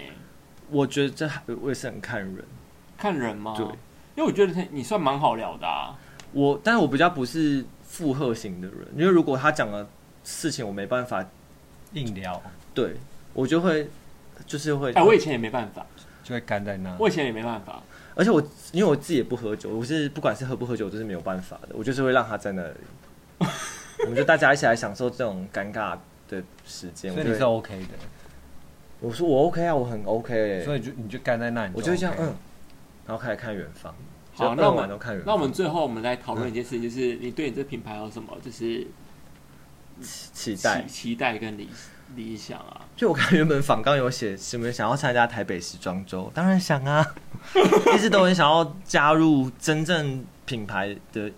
我觉得这还我也是很看人，看人吗？对，因为我觉得你算蛮好聊的啊。我，但是我比较不是附和型的人，因为如果他讲的事情我没办法，硬聊对我就会就是会，哎，我以前也没办法，就会干在那。我以前也没办法。而且我因为我自己也不喝酒，我是不管是喝不喝酒，我都是没有办法的，我就是会让他在 [laughs] 那里，我们就大家一起来享受这种尴尬的时间。所我以你就是会 OK 的，我说我 OK 啊，我很 OK，、欸、所以就你就干在那里、我就会这样嗯，然后开始看远方，好，就那我傍晚都看们远方嗯那我们最后我们来讨论一件事情，就是你对你这品牌有什么就是期期待期。期待跟理理想啊？就我看原本访刚有写什么想要参加台北时装周，当然想啊， [laughs] 一直都很想要加入真正品牌的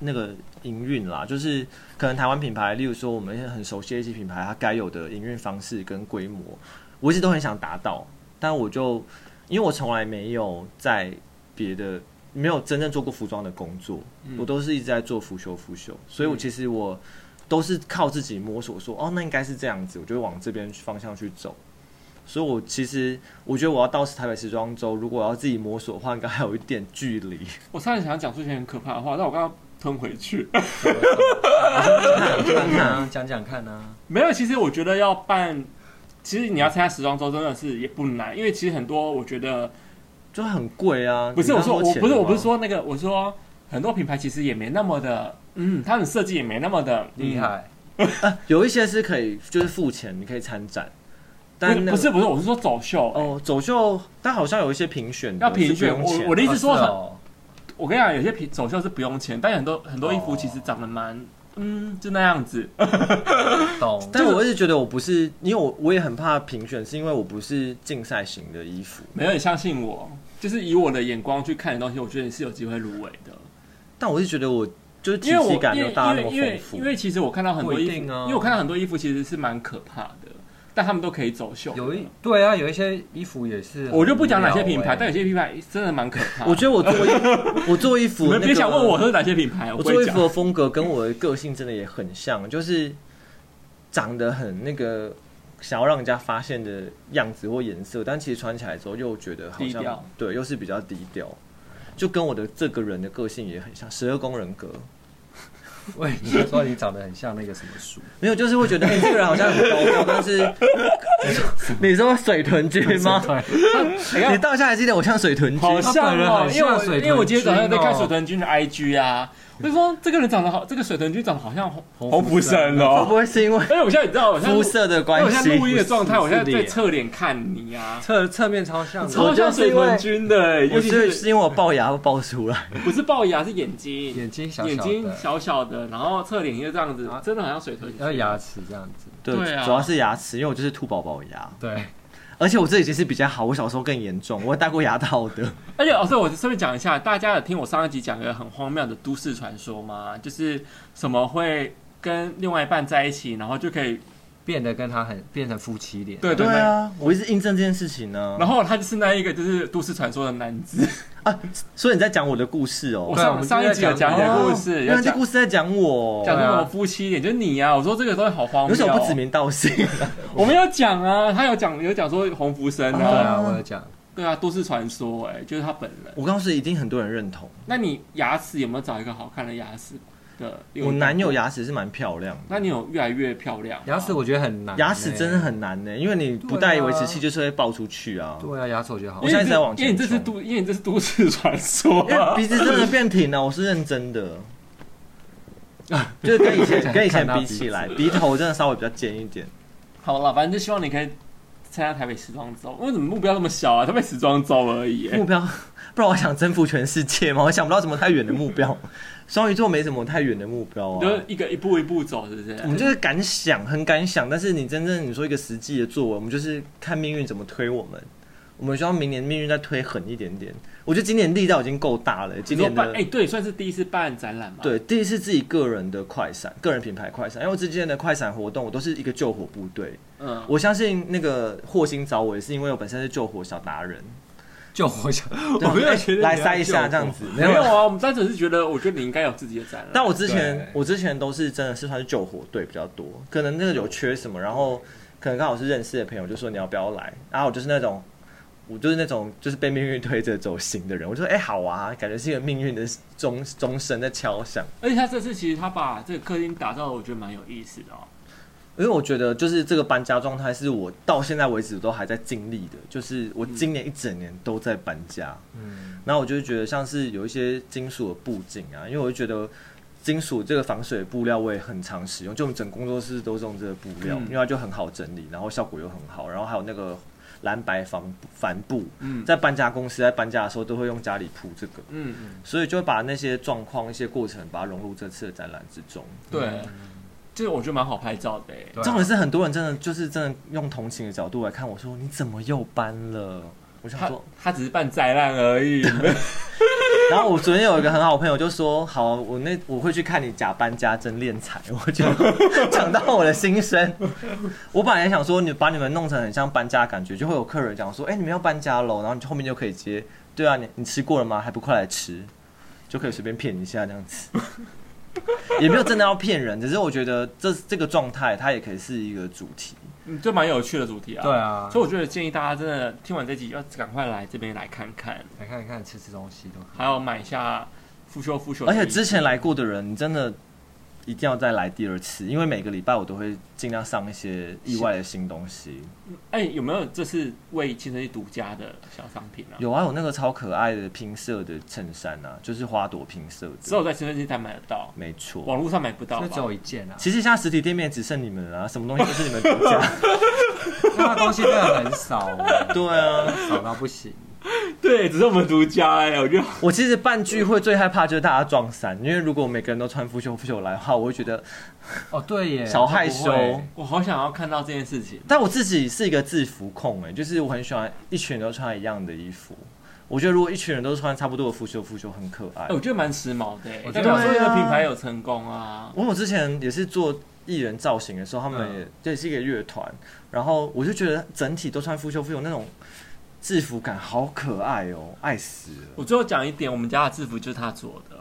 那个营运啦，就是可能台湾品牌，例如说我们很熟悉的一些品牌，它该有的营运方式跟规模，我一直都很想达到，但我就因为我从来没有在别的没有真正做过服装的工作，嗯我都是一直在做腐朽腐朽，所以我嗯其实我都是靠自己摸索说，哦，那应该是这样子，我就会往这边方向去走。所以，我其实我觉得我要到台北时装周，如果我要自己摸索的话，应该还有一点距离。 [laughs] 我差点想讲出一些很可怕的话，但我刚刚吞回去。 [laughs] 嗯讲讲啊，讲讲看啊。没有，其实我觉得要办，其实你要参加时装周真的是也不难，因为其实很多我觉得就很贵啊！不是你我知道说我多钱不是吗我不是，说那个我说很多品牌其实也没那么的，嗯，他们设计也没那么的嗯厉。害，啊有一些是可以就是付钱，你可以参展，嗯但不那是个不是不是，我是说走秀、哦走秀，但好像有一些评选的要评选是不用钱我的意思说哦是哦我跟你讲，有些皮走秀是不用钱，但有很多很多衣服哦其实长得蛮，嗯，就那样子。懂，但我一直觉得我不是，因为我我也很怕评选，是因为我不是竞赛型的衣服，没有，你相信我，就是以我的眼光去看的东西，我觉得你是有机会入围的。但我是觉得我就是体因为我系感没有大家那么因为因为丰富因为其实我看到很多衣不一服，定啊因为我看到很多衣服其实是蛮可怕的，但他们都可以走秀。有一对啊，有一些衣服也是很无聊欸、我就不讲哪些品牌，但有些品牌真的蛮可怕的。 [laughs] 我觉得我做 [laughs] 衣我做衣服，你们别想问我那个，是哪些品牌，我不做会衣服讲。的风格跟我的个性真的也很像，就是长得很那个想要让人家发现的样子或颜色，但其实穿起来之后又觉得好低像调对，又是比较低调，就跟我的这个人的个性也很像，十二宫人格。欸喂，你是说你长得很像那个什么 [laughs] 书？没有，就是会觉得哎、这个人好像很高调，但是 [laughs] 你说水豚君 [laughs] 吗？你到现在还记得我像水豚君？哎好他像本人哦很，因为像我水豚君哦因为我今天早上在看水豚君的 IG 啊，我就说这个人长得好，这个水豚君长得好像侯侯福福生生会不哦。会是因为 [laughs] 而且我现在你知道，我现在肤录色的因为关我现在系录？音的状态，我现在不是在脸侧脸看你啊， [laughs] 侧侧面超像的，超像水豚君的欸，尤 [laughs] 我其是是是因为我龅牙会爆出 [laughs] 来，不是龅牙是眼睛，眼睛小小的眼睛小小的，然后侧脸又这样子，真的很像水豚君。然后牙齿这样子，对，对啊主要是牙齿，因为我就是兔宝宝牙，对，而且我这已经是比较好，我小时候更严重，我戴过牙套 [laughs] 的。而且，哦，对，我顺便讲一下，大家有听我上一集讲个很荒谬的都市传说吗？就是什么会跟另外一半在一起，然后就可以变得跟他很变成夫妻脸，对对啊，我一直印证这件事情呢。然后他就是那一个就是都市传说的男子。啊，所以你在讲我的故事哦。我对啊上我们上一集有讲你对的哦故事，原要来这讲故事在讲我。讲那对种啊夫妻脸，就是你啊。我说这个东西好荒为谬，什么不指？名道姓？ [laughs] 我们有讲啊，他有讲有讲说洪福生对啊，啊，我有讲，对啊，都市传说，哎，就是他本人。 [laughs] 我告诉你，一定很多人认同。那你牙齿有没有找一个好看的牙齿的？ [laughs] 我男友，牙齿是蛮漂亮的，那你有越来越漂亮吗？牙齿我觉得很难，欸牙齿真的，很难呢、因为你不戴维持器就是会爆出去啊。对啊，牙齿我觉得好我，现在一直在往因前为你这是都，因为你这是都市传说 [laughs] 因为啊、鼻子真的变挺了，我是认 [laughs] 真的。就是跟以前跟以前比起来，鼻头真的稍微比较尖一 [laughs] 点。好了，反正就希望你可以参加台北时装周。为什么目标那么小啊？台北时装周而已、目标，不然我想征服全世界嘛，我想不到什么太远的目 [laughs] 标。双鱼座没什么太远的目标你啊，就一个一步一步走，是不我们是？就是敢想，很敢想，但是你真正你说一个实际的作为，我们就是看命运怎么推我们。我们希望明年命运再推狠一点点。我觉得今年力道已经够大了，今你说年办的哎、对，算是第一次办展览嘛。，对第一次自己个人的快闪，个人品牌快闪，因为我之前的快闪活动，我都是一个救火部队。嗯，我相信那个霍星找我也是因为我本身是救火小达人，就我 [laughs] 想，[laughs] 对啊我没有觉得来你要塞一下救这样子，没有啊，我们单纯是觉得，我觉得你应该有自己的展览。但我之前对我之前都是真的是算是救火队比较多，可能那个有缺什么，然后可能刚好是认识的朋友就说你要不要来，然后我就是那种我就是那种就是被命运推着走行的人，我就说哎、好啊，感觉是一个命运的钟钟声在敲响，而且他这次其实他把这个客厅打造，的，我觉得蛮有意思的哦。因为我觉得就是这个搬家状态是我到现在为止都还在经历的，就是我今年一整年都在搬家，嗯，然后我就觉得像是有一些金属的布景啊，因为我就觉得金属这个防水布料我也很常使用，就我们整工作室都是用这个布料，嗯因为它就很好整理，然后效果又很好，然后还有那个蓝白防帆布，嗯在搬家公司在搬家的时候都会用家里铺这个，嗯，嗯所以就会把那些状况、一些过程把它融入这次的展览之中。对，就是我觉得蛮好拍照的、欸。对啊重点是很多人真的就是真的用同情的角度来看我说你怎么又搬了？我想他说，他只是办灾难而已， [laughs] 然后我昨天有一个很好的朋友就说：“好，我那我会去看你假搬家真练财。” [laughs] 我就讲到我的心声。我本来想说，你把你们弄成很像搬家的感觉，就会有客人讲说：“哎、你们要搬家喽。”然后你后面就可以接：“对啊，你你吃过了吗？还不快来吃？”就可以随便骗一下这样 [laughs] 子，也没有真的要骗人，只是我觉得这这个状态它也可以是一个主题。嗯就蛮有趣的主题啊。对啊所以我觉得建议大家真的听完这集要赶快来这边来看看，来看一看吃吃东西都可以还有买一下复修复修的而衣服。且之前来过的人，你真的一定要再来第二次，因为每个礼拜我都会尽量上一些意外的新东西。哎、有没有这是为青春期独家的小商品啊？有啊，有那个超可爱的拼色的衬衫啊，就是花朵拼色只有的，在青春期才买得到，没网错。络上买不到就只有吧？一件啊，其实现在实体店面只剩你们了、啊，什么东西都是你们独 [laughs] 家。因为它东西真的很少欸，对啊，少到不行。对，只是我们独家哎、我觉得我其实办聚会最害怕就是大家撞衫，因为如果每个人都穿腐朽腐朽来的话，我会觉得哦，对耶，小害会羞不会我好想要看到这件事情。但我自己是一个制服控哎、就是我很喜欢一群人都穿一样的衣服。我觉得如果一群人都穿差不多的腐朽腐朽很可爱哎、。我觉得蛮时髦的、欸，我代觉得表说对这啊个品牌有成功啊。我我之前也是做艺人造型的时候，他们也、这也是一个乐团，然后我就觉得整体都穿复修复有那种制服感，好可爱哦，爱死了。我最后讲一点，我们家的制服就是他做的，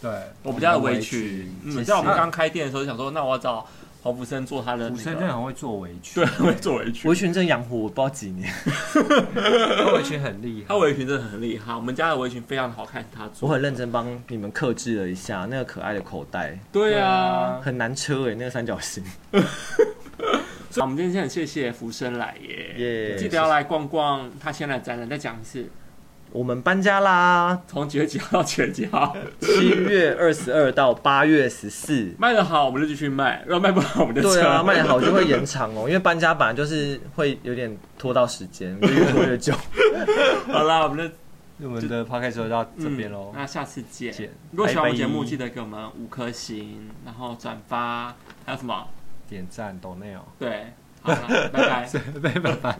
对，我们家的围围裙。嗯，谢谢在我们刚开店的时候，想说那我要找黄福生做他的古那生真的个，很会做围裙，对，会做围裙围。裙真养活我不知道几年，他围裙很厉害。他围裙真的很厉害，我们家的围裙非常好看，他我做。很认真帮你们克制了一下那个可爱的口袋，对对啊啊，很难车欸诶、那个三角形。所以我们今天真的很谢谢福生来耶，耶记得要来逛逛他现在的展览。再讲一次，我们搬家啦，从几月几号到几月几号 [laughs] 七月二十二到八月十四。卖得好，我们就继续卖；如果卖不好，我们就撤对 [laughs] 啊，卖得好就会延长哦，因为搬家本来就是会有点拖到时间，就越拖越久。好啦，我们就我们的 p o d c a s 就到这边喽嗯。那下次见见。如果喜欢我们节目，拜拜记得给我们五颗星，然后转发，还有什么？ [laughs] 点赞，懂内哦， [laughs] 对，好啦，拜拜。拜拜拜。